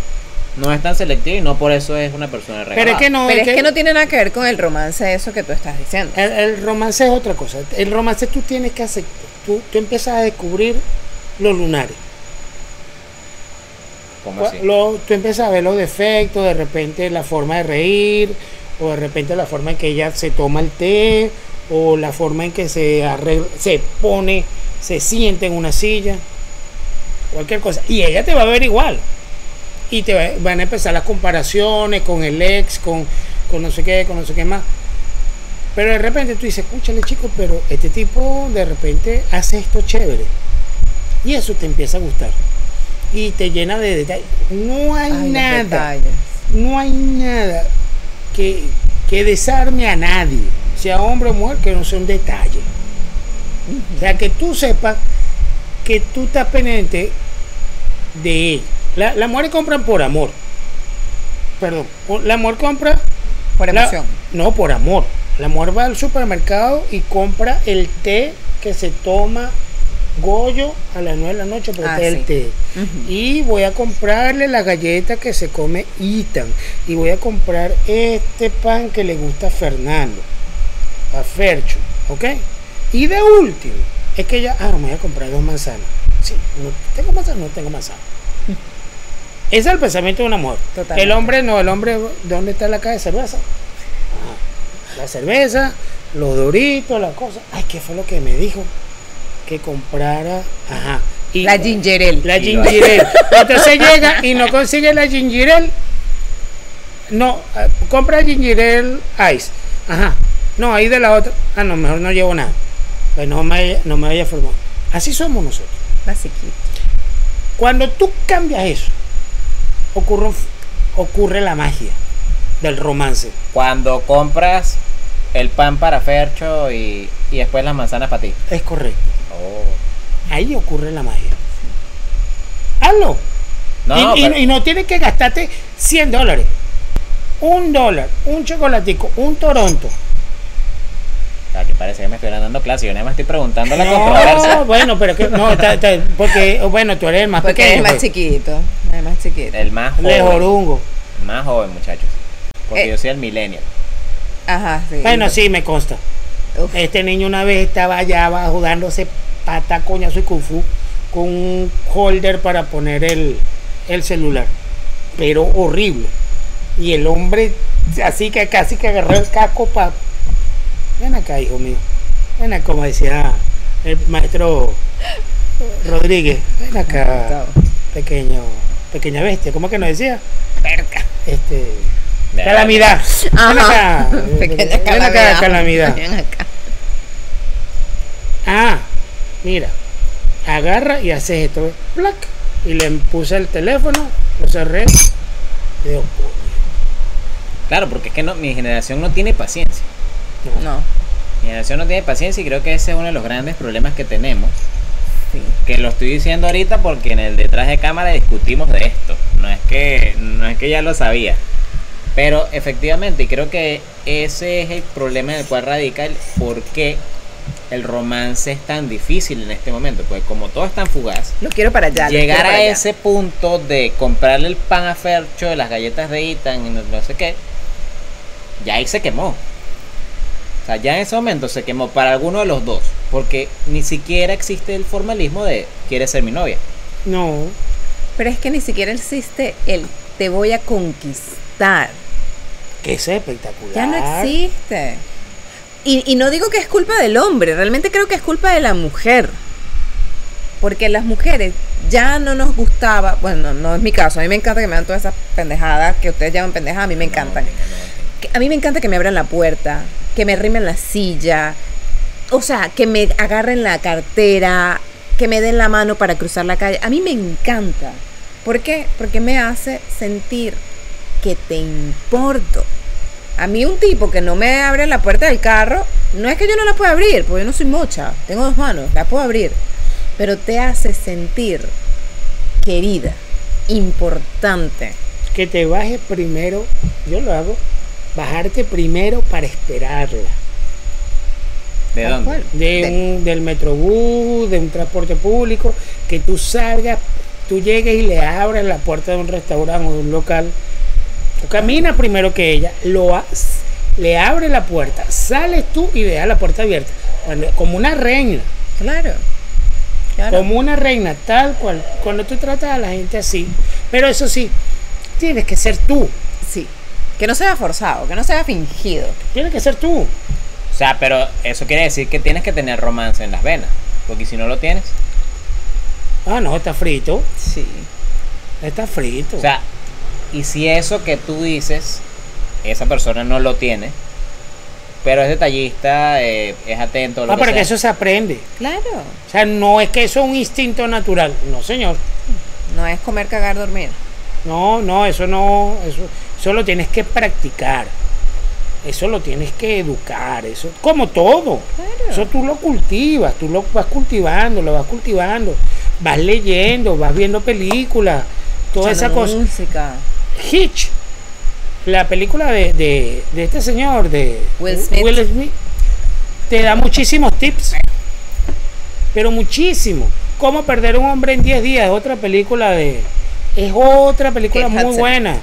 [SPEAKER 1] no es tan selectiva y no por eso es una persona
[SPEAKER 3] Pero es que no.
[SPEAKER 2] Pero es que no tiene nada que ver con el romance eso que tú estás diciendo.
[SPEAKER 3] El, el romance es otra cosa. El romance tú tienes que aceptar. Tú, tú empiezas a descubrir los lunares.
[SPEAKER 1] ¿Cómo así?
[SPEAKER 3] Lo- tú empiezas a ver los defectos, de repente la forma de reír, o de repente la forma en que ella se toma el té, o la forma en que se, arregla- se pone, se siente en una silla, cualquier cosa. Y ella te va a ver igual. Y te va- van a empezar las comparaciones con el ex, con, con no sé qué, con no sé qué más. Pero de repente tú dices, escúchale chico, pero este tipo de repente hace esto chévere. Y eso te empieza a gustar. Y te llena de detalles. No hay
[SPEAKER 2] Ay, los
[SPEAKER 3] nada,
[SPEAKER 2] detalles.
[SPEAKER 3] no hay nada que, que desarme a nadie, sea hombre o mujer, que no sea un detalle. O sea, que tú sepas que tú estás pendiente de él. La, las mujeres compran por amor. Perdón, la mujer compra
[SPEAKER 2] Por
[SPEAKER 3] la-
[SPEAKER 2] emoción.
[SPEAKER 3] no, por amor. La mujer va al supermercado y compra el té que se toma Goyo a las 9 de la noche porque
[SPEAKER 2] Ah,
[SPEAKER 3] es
[SPEAKER 2] sí.
[SPEAKER 3] el té.
[SPEAKER 2] Ujú.
[SPEAKER 3] Y voy a comprarle la galleta que se come Ethan. Y voy a comprar este pan que le gusta a Fernando. A Fercho. ¿Ok? Y de último, es que ya, ah, me voy a comprar dos manzanas. Sí, no tengo manzana, no tengo manzana. Ese es el pensamiento de una mujer.
[SPEAKER 2] Totalmente.
[SPEAKER 3] El hombre no, el hombre, ¿dónde está la caja de cerveza? Ah, La cerveza, los doritos, las cosas. Ay, ¿qué fue lo que me dijo? Que comprara, ajá. Y-
[SPEAKER 2] La ginger ale.
[SPEAKER 3] la
[SPEAKER 1] Y lo
[SPEAKER 3] ginger ale. Entonces llega y no consigue la ginger ale. No, eh, compra ginger ale ice. Ajá. No, ahí de la otra. Ah, no, mejor no llevo nada. Pues no me, no me vaya a formar. Así somos nosotros.
[SPEAKER 2] Basiquito.
[SPEAKER 3] Cuando tú cambias eso, ocurre, un f- ocurre la magia del romance.
[SPEAKER 1] Cuando compras el pan para Fercho y, y después las manzanas para ti. Oh.
[SPEAKER 3] Es correcto. Ahí ocurre la magia. Hazlo.
[SPEAKER 1] No,
[SPEAKER 3] y,
[SPEAKER 1] no,
[SPEAKER 3] y-
[SPEAKER 1] pero-
[SPEAKER 3] y no tienes que gastarte 100 dólares. Un dólar, un chocolatico, un Toronto.
[SPEAKER 1] Aquí parece que me estoy dando clase. Yo nada más estoy preguntando la
[SPEAKER 3] No,
[SPEAKER 1] controversia.
[SPEAKER 3] bueno, pero que no, ta- ta- porque bueno, tú eres el más
[SPEAKER 2] Ah, Porque
[SPEAKER 3] pequeño.
[SPEAKER 2] es más
[SPEAKER 3] pues.
[SPEAKER 2] chiquito. Es más chiquito.
[SPEAKER 1] El más
[SPEAKER 3] Le
[SPEAKER 1] joven.
[SPEAKER 3] jorungo.
[SPEAKER 1] El más joven, muchachos. Porque
[SPEAKER 2] Eh.
[SPEAKER 1] yo soy el millennial.
[SPEAKER 2] Ajá, sí.
[SPEAKER 3] Bueno, sí, me consta.
[SPEAKER 2] Uf.
[SPEAKER 3] Este niño una vez estaba allá abajo dándose pata, coñazo y kung fu con un holder para poner el, el celular. Pero horrible. Y el hombre así que casi que agarró el casco para... Ven acá, hijo mío. Ven acá, como decía el maestro Rodríguez. Ven acá, pequeño, pequeña bestia. ¿Cómo que nos decía? Perca. Este...
[SPEAKER 1] De verdad.
[SPEAKER 3] Calamidad. Ven
[SPEAKER 2] Ajá.
[SPEAKER 3] acá. Ven
[SPEAKER 2] Pequeña
[SPEAKER 3] acá,
[SPEAKER 2] calamidad.
[SPEAKER 3] calamidad.
[SPEAKER 2] Ven acá.
[SPEAKER 3] Ah, mira, agarra y haces esto, ¿ves? plac, y le puse el teléfono, lo cerré, y digo,
[SPEAKER 1] Claro, porque es que no, mi generación no tiene paciencia.
[SPEAKER 2] No.
[SPEAKER 1] Mi generación no tiene paciencia y creo que ese es uno de los grandes problemas que tenemos.
[SPEAKER 2] fin.
[SPEAKER 1] que lo estoy diciendo ahorita porque en el detrás de cámara discutimos de esto. No es que, no es que ya lo sabía. Pero efectivamente, y creo que ese es el problema en el cual radica el por qué el romance es tan difícil en este momento. Pues como todo es tan fugaz,
[SPEAKER 2] Lo quiero para allá. lo
[SPEAKER 1] llegar
[SPEAKER 2] quiero para
[SPEAKER 1] a
[SPEAKER 2] allá.
[SPEAKER 1] ese punto de comprarle el pan a Fercho, las galletas de Ethan y no, no sé qué, ya ahí se quemó. O sea, ya en ese momento se quemó para alguno de los dos. Porque ni siquiera existe el formalismo de quiere ser mi novia.
[SPEAKER 3] No,
[SPEAKER 2] Pero es que ni siquiera existe el te voy a conquistar.
[SPEAKER 3] que es espectacular.
[SPEAKER 2] Ya no existe. Y, y no digo que es culpa del hombre, realmente creo que es culpa de la mujer. Porque las mujeres ya no nos gustaba, bueno, no es mi caso, a mí me encanta que me dan todas esas pendejadas que ustedes llaman pendejadas, a mí me encantan.
[SPEAKER 1] No, no, no, no.
[SPEAKER 2] Que- A mí me encanta que me abran la puerta, que me rimen la silla, o sea, que me agarren la cartera, que me den la mano para cruzar la calle. A mí me encanta. ¿Por qué? Porque me hace sentir que te importo. A mí un tipo que no me abre la puerta del carro, no es que yo no la pueda abrir, porque yo no soy mocha, tengo dos manos, la puedo abrir. Pero te hace sentir querida, importante.
[SPEAKER 3] que te bajes primero, yo lo hago, bajarte primero para esperarla.
[SPEAKER 1] ¿De
[SPEAKER 2] Tal
[SPEAKER 1] dónde?
[SPEAKER 2] cual.
[SPEAKER 3] De
[SPEAKER 2] De-
[SPEAKER 3] un, del metrobús, de un transporte público, que tú salgas, tú llegues y le abras la puerta de un restaurante o de un local. Tú caminas primero que ella, lo ha- le abres la puerta, sales tú y dejas la puerta abierta. Cuando- como una reina,
[SPEAKER 2] Claro. claro.
[SPEAKER 3] como una reina, tal cual. Cuando tú tratas a la gente así, pero eso sí, tienes que ser tú,
[SPEAKER 2] Sí. Que no sea forzado, que no sea fingido.
[SPEAKER 3] tienes que ser tú.
[SPEAKER 1] O sea, pero eso quiere decir que tienes que tener romance en las venas. Porque si no lo tienes.
[SPEAKER 3] Ah, no, está frito,
[SPEAKER 2] Sí.
[SPEAKER 3] está frito.
[SPEAKER 1] O sea, y si eso que tú dices, esa persona no lo tiene, pero es detallista, eh, es atento, lo
[SPEAKER 3] Ah,
[SPEAKER 1] que
[SPEAKER 3] pero que
[SPEAKER 1] sea.
[SPEAKER 3] eso se aprende.
[SPEAKER 2] Claro.
[SPEAKER 3] O sea, no es que eso es un instinto natural. No, señor.
[SPEAKER 2] No es comer, cagar, dormir.
[SPEAKER 3] No, no, eso no. Eso, eso lo tienes que practicar. Eso lo tienes que educar. Eso, como todo.
[SPEAKER 2] Claro.
[SPEAKER 3] Eso tú lo cultivas. Tú lo vas cultivando, lo vas cultivando. Vas leyendo, vas viendo películas. Toda esa
[SPEAKER 2] Escuchando
[SPEAKER 3] cosa.
[SPEAKER 2] Música.
[SPEAKER 3] Hitch. La película de, de- de este señor, de
[SPEAKER 2] Will Smith.
[SPEAKER 3] Smith, te da muchísimos tips. Pero muchísimo. Cómo perder a un hombre en 10 días. Otra película de. Es otra película
[SPEAKER 2] Kate
[SPEAKER 3] muy
[SPEAKER 2] Hudson.
[SPEAKER 3] buena.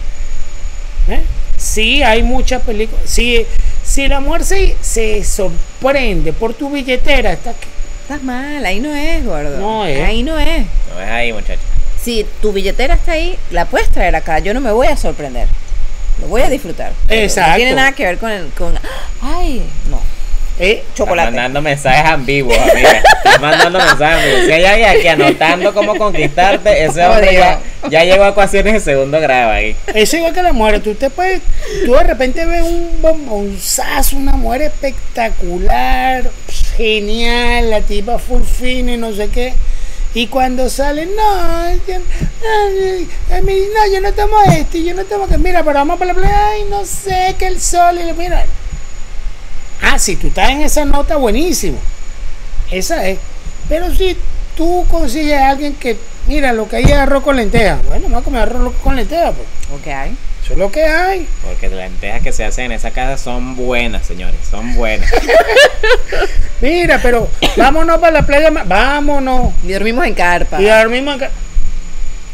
[SPEAKER 3] ¿Eh? Sí, hay muchas películas. Sí, si la mujer se, se sorprende por tu billetera, está aquí.
[SPEAKER 2] Estás mal, ahí no es, gordo.
[SPEAKER 3] No es.
[SPEAKER 2] Ahí no es.
[SPEAKER 1] No es ahí, muchachos.
[SPEAKER 2] Si tu billetera está ahí, la puedes traer acá. Yo no me voy a sorprender. Lo voy a disfrutar. Pero
[SPEAKER 3] Exacto.
[SPEAKER 2] No tiene nada que ver con. el- con ay, no.
[SPEAKER 3] Eh,
[SPEAKER 2] Chocolate.
[SPEAKER 1] Estás mandando mensajes ambiguos, amiga. Estás mandando mensajes ambiguos. Si hay alguien aquí anotando cómo conquistarte, ese
[SPEAKER 2] No
[SPEAKER 1] hombre
[SPEAKER 2] digo.
[SPEAKER 1] ya, ya llegó a ecuaciones de segundo grado ahí.
[SPEAKER 3] Eso igual que la mujer, tú te puedes, tú de repente ves un bombonzazo, una mujer espectacular, genial, la tipa full fina y no sé qué. Y cuando sale, no, yo, ay, ay, mi- no, yo no tomo este, yo no tomo que, mira, pero vamos para la playa, ay, no sé, que el sol, y le- mira. Ah, si tú estás en esa nota, buenísimo. Esa es. Pero si tú consigues a alguien que, mira, lo que hay es arroz con lenteja, bueno, vamos a comer arroz con lenteja, pues.
[SPEAKER 2] Ok.
[SPEAKER 3] Eso es lo que hay.
[SPEAKER 1] Porque las lentejas que se hacen en esa casa son buenas, señores. Son buenas.
[SPEAKER 3] Mira, pero vámonos para la playa. ma- Vámonos.
[SPEAKER 2] Y dormimos en carpa.
[SPEAKER 3] Y dormimos acá.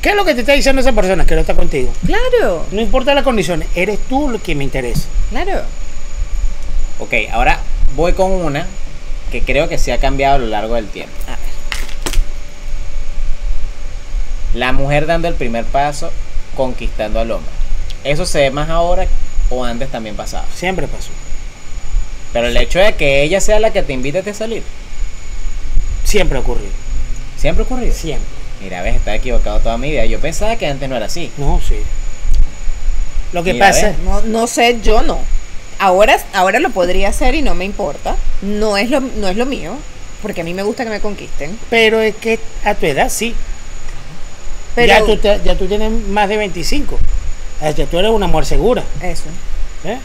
[SPEAKER 3] ¿Qué es lo que te está diciendo esa persona que no está contigo?
[SPEAKER 2] Claro,
[SPEAKER 3] No importa las condiciones, eres tú lo que me interesa.
[SPEAKER 2] claro.
[SPEAKER 1] Ok, ahora voy con una que creo que se ha cambiado a lo largo del tiempo.
[SPEAKER 2] A ver.
[SPEAKER 1] La mujer dando el primer paso, conquistando al hombre. Eso se ve más ahora o antes también pasaba.
[SPEAKER 3] Siempre pasó.
[SPEAKER 1] Pero el hecho de que ella sea la que te invite a ti a salir,
[SPEAKER 3] Siempre ocurrió.
[SPEAKER 1] siempre ha ocurrido.
[SPEAKER 3] Siempre.
[SPEAKER 1] Mira, ves, estaba equivocado toda mi vida. Yo pensaba que antes no era así.
[SPEAKER 3] No, sí. Lo que
[SPEAKER 1] Mira,
[SPEAKER 3] pasa.
[SPEAKER 1] ¿ves?
[SPEAKER 2] No, no sé, yo no. Ahora, ahora lo podría hacer y no me importa. No es, lo, no es lo mío, porque a mí me gusta que me conquisten.
[SPEAKER 3] Pero es que a tu edad sí.
[SPEAKER 2] Pero
[SPEAKER 3] Ya, tú, te- ya tú tienes más de 25. Ah, Ya tú eres una mujer segura.
[SPEAKER 2] eso.
[SPEAKER 3] ¿eh?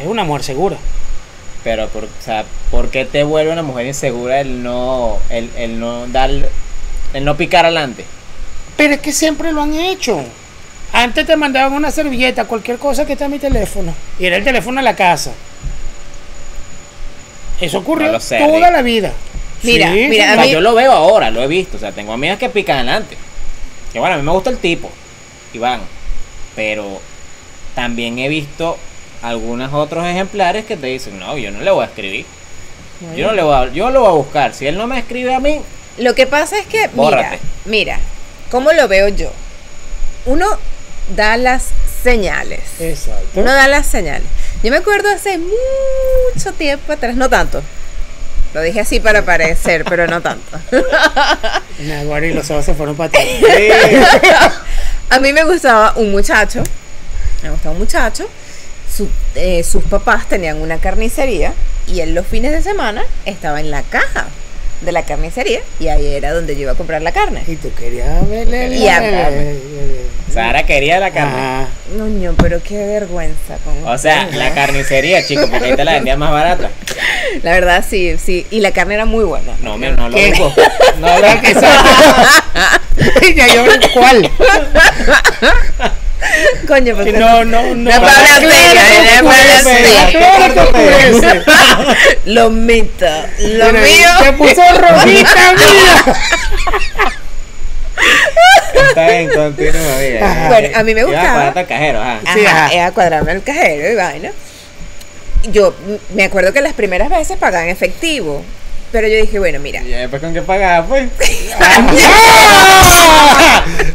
[SPEAKER 3] Es una mujer segura.
[SPEAKER 1] Pero, por, o sea, ¿por qué te vuelve una mujer insegura el no, el, el no dar, el no picar adelante?
[SPEAKER 3] Pero es que siempre lo han hecho. Antes te mandaban una servilleta, cualquier cosa que está en mi teléfono. Y era el teléfono de la casa. Eso ocurrió
[SPEAKER 1] No lo sé,
[SPEAKER 3] toda
[SPEAKER 1] Rick.
[SPEAKER 3] la vida.
[SPEAKER 2] Mira, mira,
[SPEAKER 1] O
[SPEAKER 2] a
[SPEAKER 1] sea,
[SPEAKER 2] mí-
[SPEAKER 1] yo lo veo ahora, lo he visto. O sea, tengo amigas que pican adelante. Que bueno, a mí me gusta el tipo. Y van. Pero también he visto algunos otros ejemplares que te dicen, no, yo no le voy a escribir. Yo no le voy a, yo lo voy a buscar. Si él no me escribe a mí,
[SPEAKER 2] Lo que pasa es que,
[SPEAKER 1] Bórrate.
[SPEAKER 2] mira, mira, ¿cómo lo veo yo? Uno da las señales.
[SPEAKER 3] Exacto.
[SPEAKER 2] Uno da las señales. Yo me acuerdo hace mucho tiempo atrás, no tanto. Lo dije así para parecer, pero no tanto.
[SPEAKER 3] Naguará, y los ojos se fueron para ti.
[SPEAKER 2] A mí me gustaba un muchacho. Me gustaba un muchacho. Su- eh, sus papás tenían una carnicería y él los fines de semana estaba en la caja de la carnicería y ahí era donde yo iba a comprar la carne.
[SPEAKER 3] Y tú querías verle.
[SPEAKER 2] Y a-
[SPEAKER 1] Sara quería la carne.
[SPEAKER 3] Ajá.
[SPEAKER 2] Noño, pero qué vergüenza. con-
[SPEAKER 1] O sea, la carnicería, chico, porque ahí te la vendían más barata.
[SPEAKER 2] La verdad, sí, sí. Y la carne era muy buena.
[SPEAKER 1] No, mi- no lo
[SPEAKER 3] ¿Qué?
[SPEAKER 1] digo. No lo que
[SPEAKER 3] ya yo cuál.
[SPEAKER 2] Coño, pues.
[SPEAKER 3] No, no, no.
[SPEAKER 2] No para la cena, no para la cena. Lo mito. Lo mío.
[SPEAKER 3] Se puso rojita, mira.
[SPEAKER 1] Está bien, continúa, mira.
[SPEAKER 2] Bueno, a mí me
[SPEAKER 1] Iba
[SPEAKER 2] gustaba.
[SPEAKER 1] pararte al cajero, ajá.
[SPEAKER 2] Ajá,
[SPEAKER 3] Sí, ajá.
[SPEAKER 2] era cuadrarme el cajero y vaina. Yo m- me acuerdo que las primeras veces pagaba en efectivo. Pero yo dije, bueno, mira.
[SPEAKER 1] Y después con qué pagaba, pues.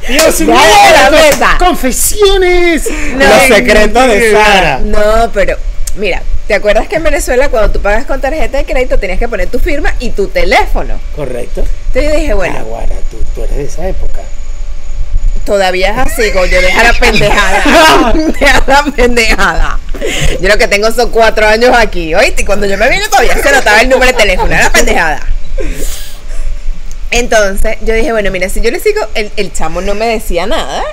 [SPEAKER 3] Dios mío.
[SPEAKER 2] Dale a la mesa.
[SPEAKER 3] Confesiones.
[SPEAKER 2] No, Los
[SPEAKER 1] secretos de Sara.
[SPEAKER 2] No, pero. Mira, ¿te acuerdas que en Venezuela cuando tú pagas con tarjeta de crédito tenías que poner tu firma y tu teléfono?
[SPEAKER 3] Correcto.
[SPEAKER 2] Entonces yo dije, bueno,
[SPEAKER 3] Naguará, tú, tú eres de esa época.
[SPEAKER 2] Todavía es así, coño, deja la pendejada. Deja la pendejada. Yo lo que tengo son cuatro años aquí, oíste, y cuando yo me vine todavía se notaba el número de teléfono, era la pendejada. Entonces, yo dije, bueno, mira, si yo le sigo, el, el chamo no me decía nada.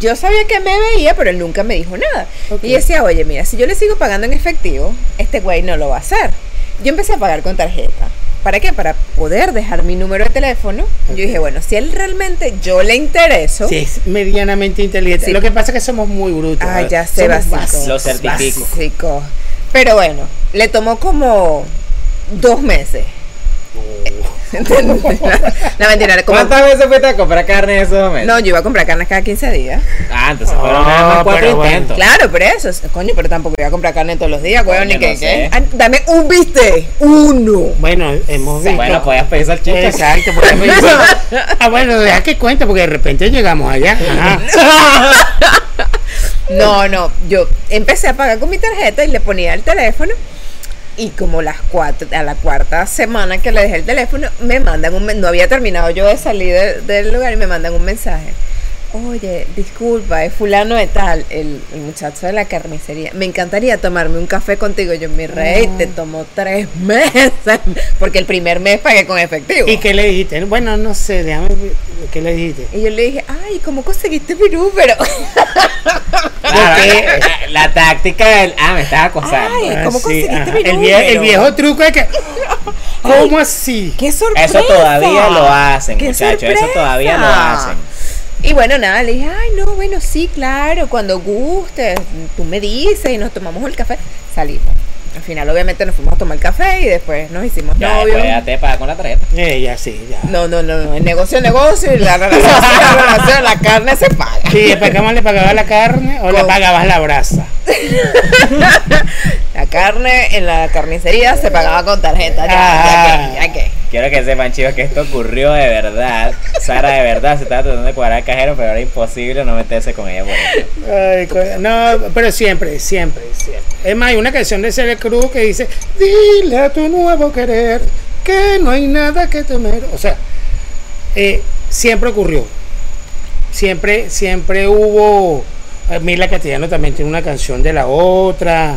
[SPEAKER 2] Yo sabía que me veía, pero él nunca me dijo nada.
[SPEAKER 3] Ok.
[SPEAKER 2] Y yo decía, oye, mira, si yo le sigo pagando en efectivo, este güey no lo va a hacer. Yo empecé a pagar con tarjeta. ¿Para qué? Para poder dejar mi número de teléfono.
[SPEAKER 3] Ok.
[SPEAKER 2] Yo dije, bueno, si él realmente yo le intereso,
[SPEAKER 3] Sí, es medianamente inteligente.
[SPEAKER 2] Sí.
[SPEAKER 3] Lo que pasa es que somos muy brutos.
[SPEAKER 2] Ah, ya sé,
[SPEAKER 3] Somos
[SPEAKER 2] básico.
[SPEAKER 3] básicos,
[SPEAKER 1] Lo certifico.
[SPEAKER 3] básicos.
[SPEAKER 2] Chico. Pero bueno, le tomó como dos meses. no, mentira, era como-
[SPEAKER 1] ¿Cuántas veces fuiste a comprar carne en esos momentos?
[SPEAKER 2] No, yo iba a comprar carnes cada 15 días.
[SPEAKER 1] Ah, entonces
[SPEAKER 3] Ah,
[SPEAKER 1] fueron nada más cuatro
[SPEAKER 3] pero bueno.
[SPEAKER 1] intentos.
[SPEAKER 2] Claro, pero eso, es- coño, pero tampoco iba a comprar carne todos los días, weón, ni
[SPEAKER 1] Coño,
[SPEAKER 2] que,
[SPEAKER 1] no sé.
[SPEAKER 2] que- Ah, Dame un viste, uno.
[SPEAKER 3] Bueno, pues, hemos visto.
[SPEAKER 1] Bueno, podías pedir salchichas.
[SPEAKER 3] Exacto, por eso yo- Ah, bueno, deja que cuente, porque de repente llegamos allá. Ajá.
[SPEAKER 2] No, no, yo empecé a pagar con mi tarjeta y le ponía el teléfono. Y como las cuatro, a la cuarta semana que le dejé el teléfono, me mandan un men- no había terminado yo de salir de- del lugar y me mandan un mensaje. Oye, disculpa, es fulano de tal, el, el muchacho de la carnicería. Me encantaría tomarme un café contigo. Yo, mi rey, te tomó tres meses, porque el primer mes pagué con efectivo.
[SPEAKER 3] ¿Y qué le dijiste? Bueno, no sé, déjame. ver, ¿Qué le dijiste?
[SPEAKER 2] Y yo le dije, ay, ¿cómo conseguiste mi número?
[SPEAKER 1] Claro,
[SPEAKER 3] Porque-
[SPEAKER 1] la- la, la táctica del. Ah, me estás acosando.
[SPEAKER 2] Ay, ¿cómo conseguiste
[SPEAKER 3] Ah, ajá.
[SPEAKER 2] mi
[SPEAKER 3] el, vie- el
[SPEAKER 2] número?
[SPEAKER 3] viejo truco es que. ¿Cómo así?
[SPEAKER 2] ¡Qué sorpresa!
[SPEAKER 1] Eso todavía lo hacen,
[SPEAKER 2] ¡Qué
[SPEAKER 1] muchachos. Eso
[SPEAKER 2] sorpresa!
[SPEAKER 1] todavía lo hacen.
[SPEAKER 2] Y bueno, nada, le dije, ay, no, bueno, sí, claro, cuando gustes, tú me dices y nos tomamos el café. Salimos. Al final, obviamente, nos fuimos a tomar café y después nos hicimos
[SPEAKER 1] Ya,
[SPEAKER 2] novios.
[SPEAKER 1] después ya te pagas con la tarjeta.
[SPEAKER 3] Eh, ya sí, ya.
[SPEAKER 2] No, no, no, no, el negocio es negocio y la relación, la relación, la carne se paga.
[SPEAKER 3] ¿Y después cómo le pagabas la carne o le
[SPEAKER 2] Con-
[SPEAKER 3] pagabas la brasa?
[SPEAKER 2] La carne en la carnicería se pagaba con tarjeta,
[SPEAKER 1] Ah.
[SPEAKER 2] ya, ya que, ya que.
[SPEAKER 1] Quiero que sepan, chicos, que esto ocurrió de verdad. Sara de verdad se estaba tratando de cuadrar al cajero, pero era imposible no meterse con ella. por eso.
[SPEAKER 3] Ay, co- no, pero siempre, siempre, siempre. Es más, hay una canción de Celia Cruz que dice, dile a tu nuevo querer que no hay nada que temer. O sea, eh, siempre ocurrió. Siempre, siempre hubo... eh, Mila Castellano también tiene una canción de la otra.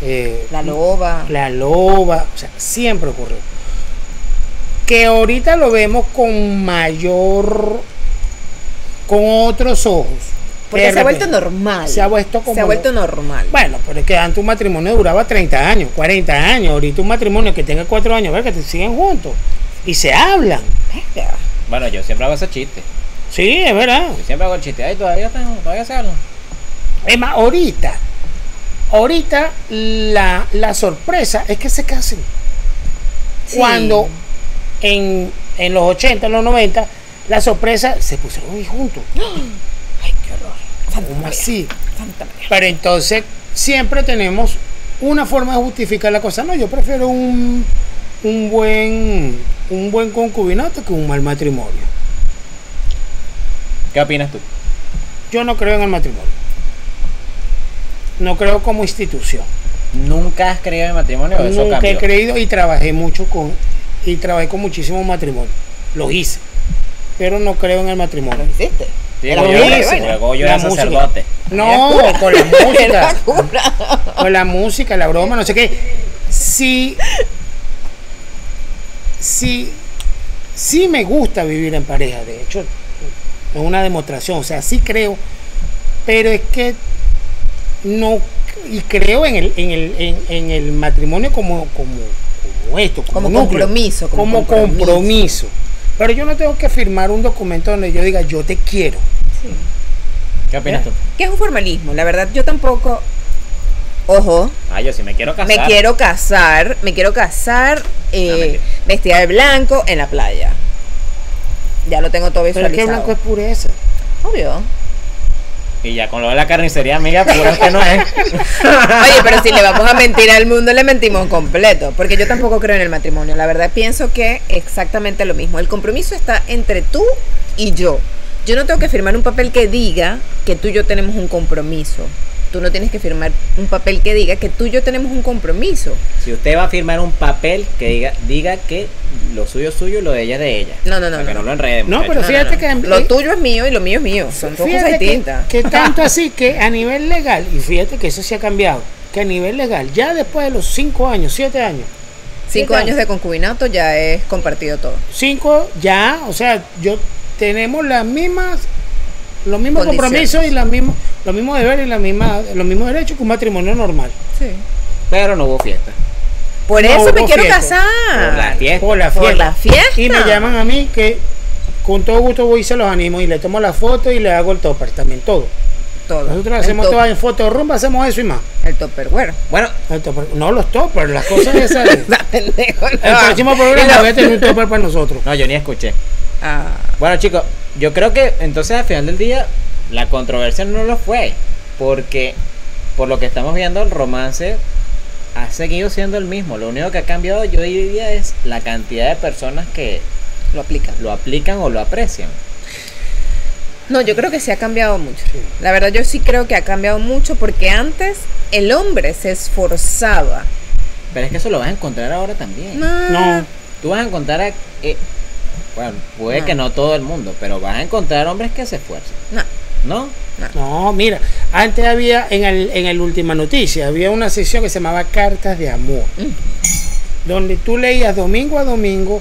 [SPEAKER 3] eh,
[SPEAKER 2] La loba.
[SPEAKER 3] la loba, o sea, siempre ocurrió. Que ahorita lo vemos con mayor, con otros ojos,
[SPEAKER 2] Porque se ha
[SPEAKER 3] RP.
[SPEAKER 2] vuelto normal.
[SPEAKER 3] Se ha vuelto como-
[SPEAKER 2] Se ha vuelto normal.
[SPEAKER 3] Bueno, pero es que antes un matrimonio duraba 30 años, 40 años. Ahorita un matrimonio que tenga 4 años, ver que te siguen juntos. Y se hablan.
[SPEAKER 2] Verga.
[SPEAKER 1] Bueno, yo siempre hago ese chiste.
[SPEAKER 3] Sí, es verdad.
[SPEAKER 1] Yo siempre hago el chiste. Ay, todavía, están- todavía se hablan.
[SPEAKER 3] Es más, ahorita, ahorita la, la sorpresa es que se casen.
[SPEAKER 2] Sí.
[SPEAKER 3] Cuando en, en los 80, en los 90, la sorpresa se pusieron ahí juntos.
[SPEAKER 2] Ay, qué horror. Santa
[SPEAKER 3] ¿Cómo
[SPEAKER 2] María,
[SPEAKER 3] así?
[SPEAKER 2] Santa María.
[SPEAKER 3] Pero entonces siempre tenemos una forma de justificar la cosa. No, yo prefiero un, un buen un buen concubinato que un mal matrimonio.
[SPEAKER 1] ¿Qué opinas tú?
[SPEAKER 3] Yo no creo en el matrimonio. No creo como institución.
[SPEAKER 1] ¿Nunca has creído en el matrimonio o eso
[SPEAKER 3] Nunca he
[SPEAKER 1] cambió?
[SPEAKER 3] creído y trabajé mucho con y trabajé con muchísimos matrimonios. Los hice. Pero no creo en el matrimonio.
[SPEAKER 2] Lo hiciste.
[SPEAKER 1] Sí,
[SPEAKER 2] Era
[SPEAKER 1] Goyo
[SPEAKER 2] muy
[SPEAKER 1] era-
[SPEAKER 2] bueno.
[SPEAKER 1] porque Goyo
[SPEAKER 3] La
[SPEAKER 1] era
[SPEAKER 3] música.
[SPEAKER 1] sacerdote.
[SPEAKER 3] No, con la
[SPEAKER 2] Era
[SPEAKER 3] música.
[SPEAKER 2] cura.
[SPEAKER 3] con la música, la broma, no sé qué. Sí, sí, sí me gusta vivir en pareja, de hecho, es una demostración, o sea, sí creo, pero es que no, y creo en el, en el, en, en el matrimonio como, como, como esto, como,
[SPEAKER 2] Como
[SPEAKER 3] núcleo,
[SPEAKER 2] compromiso, como
[SPEAKER 3] como
[SPEAKER 2] compromiso.
[SPEAKER 3] compromiso. Pero yo no tengo que firmar un documento donde yo diga yo te quiero.
[SPEAKER 1] ¿Qué opinas
[SPEAKER 3] ¿Eh?
[SPEAKER 1] tú?
[SPEAKER 2] ¿Qué es un formalismo? La verdad, yo tampoco. Ojo,
[SPEAKER 1] Ah, yo sí me quiero casar.
[SPEAKER 2] me quiero casar. Me quiero casar eh,
[SPEAKER 1] No, mentira.
[SPEAKER 2] vestida de blanco en la playa. Ya lo tengo todo
[SPEAKER 3] Pero es
[SPEAKER 2] visualizado.
[SPEAKER 3] que el blanco es pureza.
[SPEAKER 2] Obvio.
[SPEAKER 1] Y ya con lo de la carnicería, amiga, puro que no es.
[SPEAKER 2] Oye, pero si le vamos a mentir al mundo, le mentimos completo. Porque yo tampoco creo en el matrimonio. La verdad, pienso que exactamente lo mismo. El compromiso está entre tú y yo. Yo no tengo que firmar un papel que diga que tú y yo tenemos un compromiso. Tú no tienes que firmar un papel que diga que tú y yo tenemos un compromiso.
[SPEAKER 1] Si usted va a firmar un papel que diga, diga que lo suyo es suyo y lo de ella es de ella.
[SPEAKER 2] No, no, no,
[SPEAKER 1] Para que
[SPEAKER 2] no.
[SPEAKER 1] no lo enredemos.
[SPEAKER 3] No, pero
[SPEAKER 1] muchachos.
[SPEAKER 3] fíjate que en-
[SPEAKER 2] Lo tuyo es mío y lo mío es mío. Son dos cosas
[SPEAKER 3] Fíjate que-
[SPEAKER 2] distintas.
[SPEAKER 3] Que, tanto así que a nivel legal, y fíjate que eso se ha cambiado, que a nivel legal, ya después de los 5 años, 7 años,
[SPEAKER 2] Cinco años de concubinato ya es compartido todo.
[SPEAKER 3] 5 ya, o sea, yo tenemos las mismas, los mismos
[SPEAKER 2] Condiciones.
[SPEAKER 3] compromisos y las mismas, los mismos deberes y las mismas, los mismos derechos que un matrimonio normal.
[SPEAKER 2] Sí.
[SPEAKER 1] Pero no hubo fiesta.
[SPEAKER 2] Por
[SPEAKER 3] No
[SPEAKER 2] eso me
[SPEAKER 3] hubo
[SPEAKER 2] quiero
[SPEAKER 3] fiesta.
[SPEAKER 2] casar.
[SPEAKER 1] Por la fiesta.
[SPEAKER 3] Por la
[SPEAKER 2] Por
[SPEAKER 3] fiesta.
[SPEAKER 2] la fiesta.
[SPEAKER 3] Y me llaman a mí que con todo gusto voy y se los animo y le tomo la foto y le hago el topper también, todo.
[SPEAKER 2] Todo.
[SPEAKER 3] Nosotros
[SPEAKER 2] El
[SPEAKER 3] hacemos
[SPEAKER 2] top-
[SPEAKER 3] todo en foto rumba, hacemos eso y más.
[SPEAKER 2] El topperware.
[SPEAKER 1] Bueno,
[SPEAKER 3] El topper- no los toppers, las cosas esas. de-
[SPEAKER 2] Da, Ah, pendejo, no.
[SPEAKER 3] El próximo
[SPEAKER 2] Y
[SPEAKER 3] programa
[SPEAKER 2] no.
[SPEAKER 3] voy a tener un topper para nosotros.
[SPEAKER 1] no, yo ni escuché.
[SPEAKER 2] Ah,
[SPEAKER 1] Bueno, chicos, yo creo que entonces al final del día la controversia no lo fue. Porque por lo que estamos viendo, el romance ha seguido siendo el mismo. Lo único que ha cambiado, yo diría, es la cantidad de personas que
[SPEAKER 2] lo aplican.
[SPEAKER 1] lo aplican o lo aprecian.
[SPEAKER 2] No, yo creo que sí ha cambiado mucho. La verdad, yo sí creo que ha cambiado mucho porque antes el hombre se esforzaba.
[SPEAKER 1] Pero es que eso lo vas a encontrar ahora también.
[SPEAKER 3] No.
[SPEAKER 1] Tú vas a encontrar a. eh, bueno, puede
[SPEAKER 2] No.
[SPEAKER 1] que no todo el mundo, pero vas a encontrar hombres que se esfuerzan,
[SPEAKER 2] No,
[SPEAKER 1] ¿no?
[SPEAKER 3] No, mira, antes había en el, en el Última Noticia, había una sección que se llamaba Cartas de Amor, donde tú leías domingo a domingo,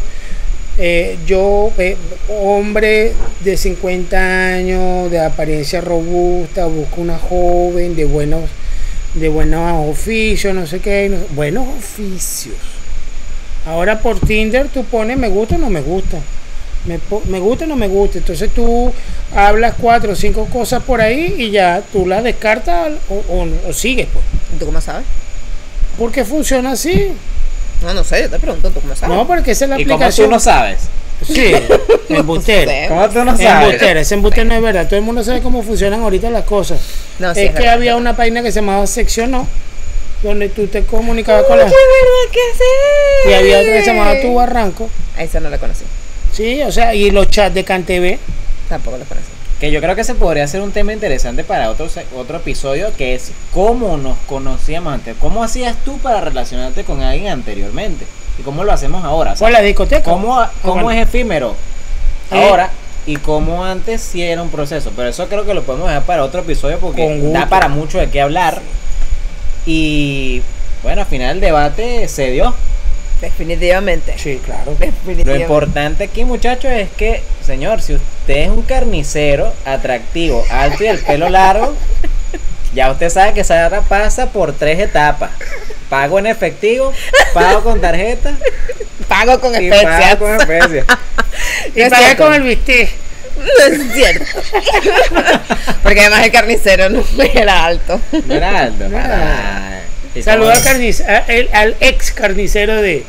[SPEAKER 3] eh, yo, eh, hombre de 50 años, de apariencia robusta, busco una joven de buenos, de buenos oficios, no sé qué, no sé- buenos oficios. Ahora por Tinder tú pones me gusta o no me gusta. Me, po- me gusta o no me gusta. Entonces tú hablas cuatro o cinco cosas por ahí y ya tú las descartas o, o- o sigues. Pues.
[SPEAKER 2] ¿Y ¿tú cómo sabes?
[SPEAKER 3] Porque funciona así.
[SPEAKER 2] No, no sé, yo te pregunto, ¿tú cómo sabes?
[SPEAKER 3] No, pues, porque esa es la
[SPEAKER 1] Y como tú
[SPEAKER 3] aplicación.
[SPEAKER 1] no sabes.
[SPEAKER 3] Sí, embustero.
[SPEAKER 2] sé.
[SPEAKER 1] Como tú no
[SPEAKER 3] Embustero, ese embustero no es verdad. Todo el mundo sabe cómo funcionan ahorita las cosas.
[SPEAKER 2] No, sí,
[SPEAKER 3] es
[SPEAKER 2] es
[SPEAKER 3] que
[SPEAKER 2] verdad,
[SPEAKER 3] había
[SPEAKER 2] es
[SPEAKER 3] una página que se llamaba Sección No, donde tú te comunicabas con
[SPEAKER 2] Uy,
[SPEAKER 3] la.
[SPEAKER 2] ¡Qué verdad que sí!
[SPEAKER 3] Y había otra que se llamaba Tu Barranco.
[SPEAKER 2] A esa no la conocí.
[SPEAKER 3] Sí, o sea, y los chats de CanTV.
[SPEAKER 2] Tampoco la conocí.
[SPEAKER 1] Que yo creo que se podría hacer un tema interesante para otro, se- otro episodio, que es cómo nos conocíamos antes. ¿Cómo hacías tú para relacionarte con alguien anteriormente? ¿Y cómo lo hacemos ahora? O sea,
[SPEAKER 3] O la discoteca.
[SPEAKER 1] ¿Cómo, cómo es efímero
[SPEAKER 3] Eh.
[SPEAKER 1] ahora? Y cómo antes sí era un proceso. Pero eso creo que lo podemos dejar para otro episodio
[SPEAKER 3] Con
[SPEAKER 1] porque
[SPEAKER 3] gusto.
[SPEAKER 1] da para mucho de qué hablar. Y bueno, al final el debate se dio.
[SPEAKER 2] Definitivamente.
[SPEAKER 3] Sí,
[SPEAKER 1] Lo
[SPEAKER 3] claro.
[SPEAKER 2] Definitivamente.
[SPEAKER 1] importante aquí, muchachos, es que, señor, si usted es un carnicero atractivo, alto y el pelo largo, ya usted sabe que esa rata pasa por tres etapas. Pago en efectivo, pago con tarjeta
[SPEAKER 2] Pago con
[SPEAKER 1] y
[SPEAKER 2] especias.
[SPEAKER 1] pago con
[SPEAKER 3] Pues,
[SPEAKER 1] especias.
[SPEAKER 3] Y
[SPEAKER 2] Exacto.
[SPEAKER 3] para con el bistec.
[SPEAKER 2] No es cierto. Porque además el carnicero no era alto.
[SPEAKER 1] No era alto.
[SPEAKER 3] Ah.
[SPEAKER 1] Ay,
[SPEAKER 3] Saluda al,
[SPEAKER 1] cómo no.
[SPEAKER 3] carnic- a- el- al ex carnicero de,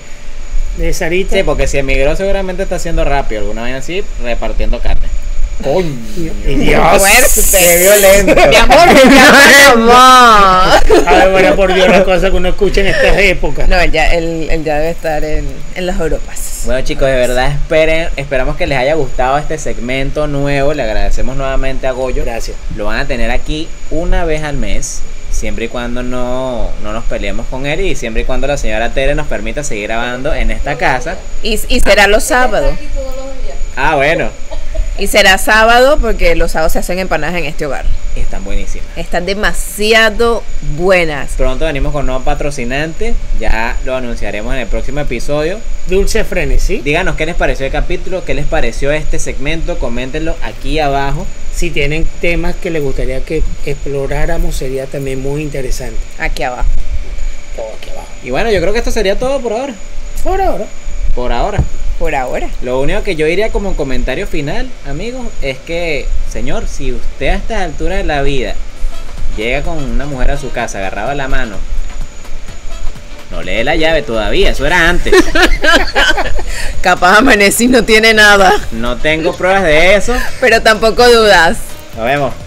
[SPEAKER 3] de Sarita.
[SPEAKER 1] Sí, porque si emigró seguramente está haciendo rápido, alguna vaina así, repartiendo carne. Coño.
[SPEAKER 3] Y Dios.
[SPEAKER 2] pues,
[SPEAKER 1] Qué
[SPEAKER 2] Fuerte.
[SPEAKER 1] Ah, violento.
[SPEAKER 2] Mi amor, mi amor.
[SPEAKER 3] Ay, bueno, por Dios, las cosas que uno escucha en estas épocas.
[SPEAKER 2] No, él ya, él, él ya debe estar en, en las Europas.
[SPEAKER 1] Bueno chicos, de verdad esperen, esperamos que les haya gustado este segmento nuevo. Le agradecemos nuevamente a Goyo.
[SPEAKER 3] Gracias.
[SPEAKER 1] Lo van a tener aquí una vez al mes, siempre y cuando no, no nos peleemos con él y siempre y cuando la señora Tere nos permita seguir grabando en esta casa.
[SPEAKER 2] Y, y será los sábados.
[SPEAKER 1] Ah, bueno,
[SPEAKER 2] Y será sábado porque los sábados se hacen empanadas en este hogar.
[SPEAKER 1] están buenísimas.
[SPEAKER 2] Están demasiado buenas.
[SPEAKER 1] Pronto venimos con nuevo patrocinante, ya lo anunciaremos en el próximo episodio.
[SPEAKER 3] Dulce frenesí.
[SPEAKER 1] Díganos qué les pareció el capítulo, qué les pareció este segmento, coméntenlo aquí abajo.
[SPEAKER 3] Si tienen temas que les gustaría que exploráramos, sería también muy interesante.
[SPEAKER 2] Aquí abajo.
[SPEAKER 3] Todo aquí abajo.
[SPEAKER 1] Y bueno, yo creo que esto sería todo por ahora.
[SPEAKER 3] Por ahora.
[SPEAKER 1] Por ahora.
[SPEAKER 2] Por ahora.
[SPEAKER 1] Lo único que yo diría como comentario final, amigos, es que, señor, si usted a esta altura de la vida llega con una mujer a su casa agarrada de la mano, no le dé la llave todavía, eso era antes.
[SPEAKER 2] Capaz amanecí no tiene nada.
[SPEAKER 1] No tengo pruebas de eso.
[SPEAKER 2] Pero tampoco dudas.
[SPEAKER 1] Nos vemos.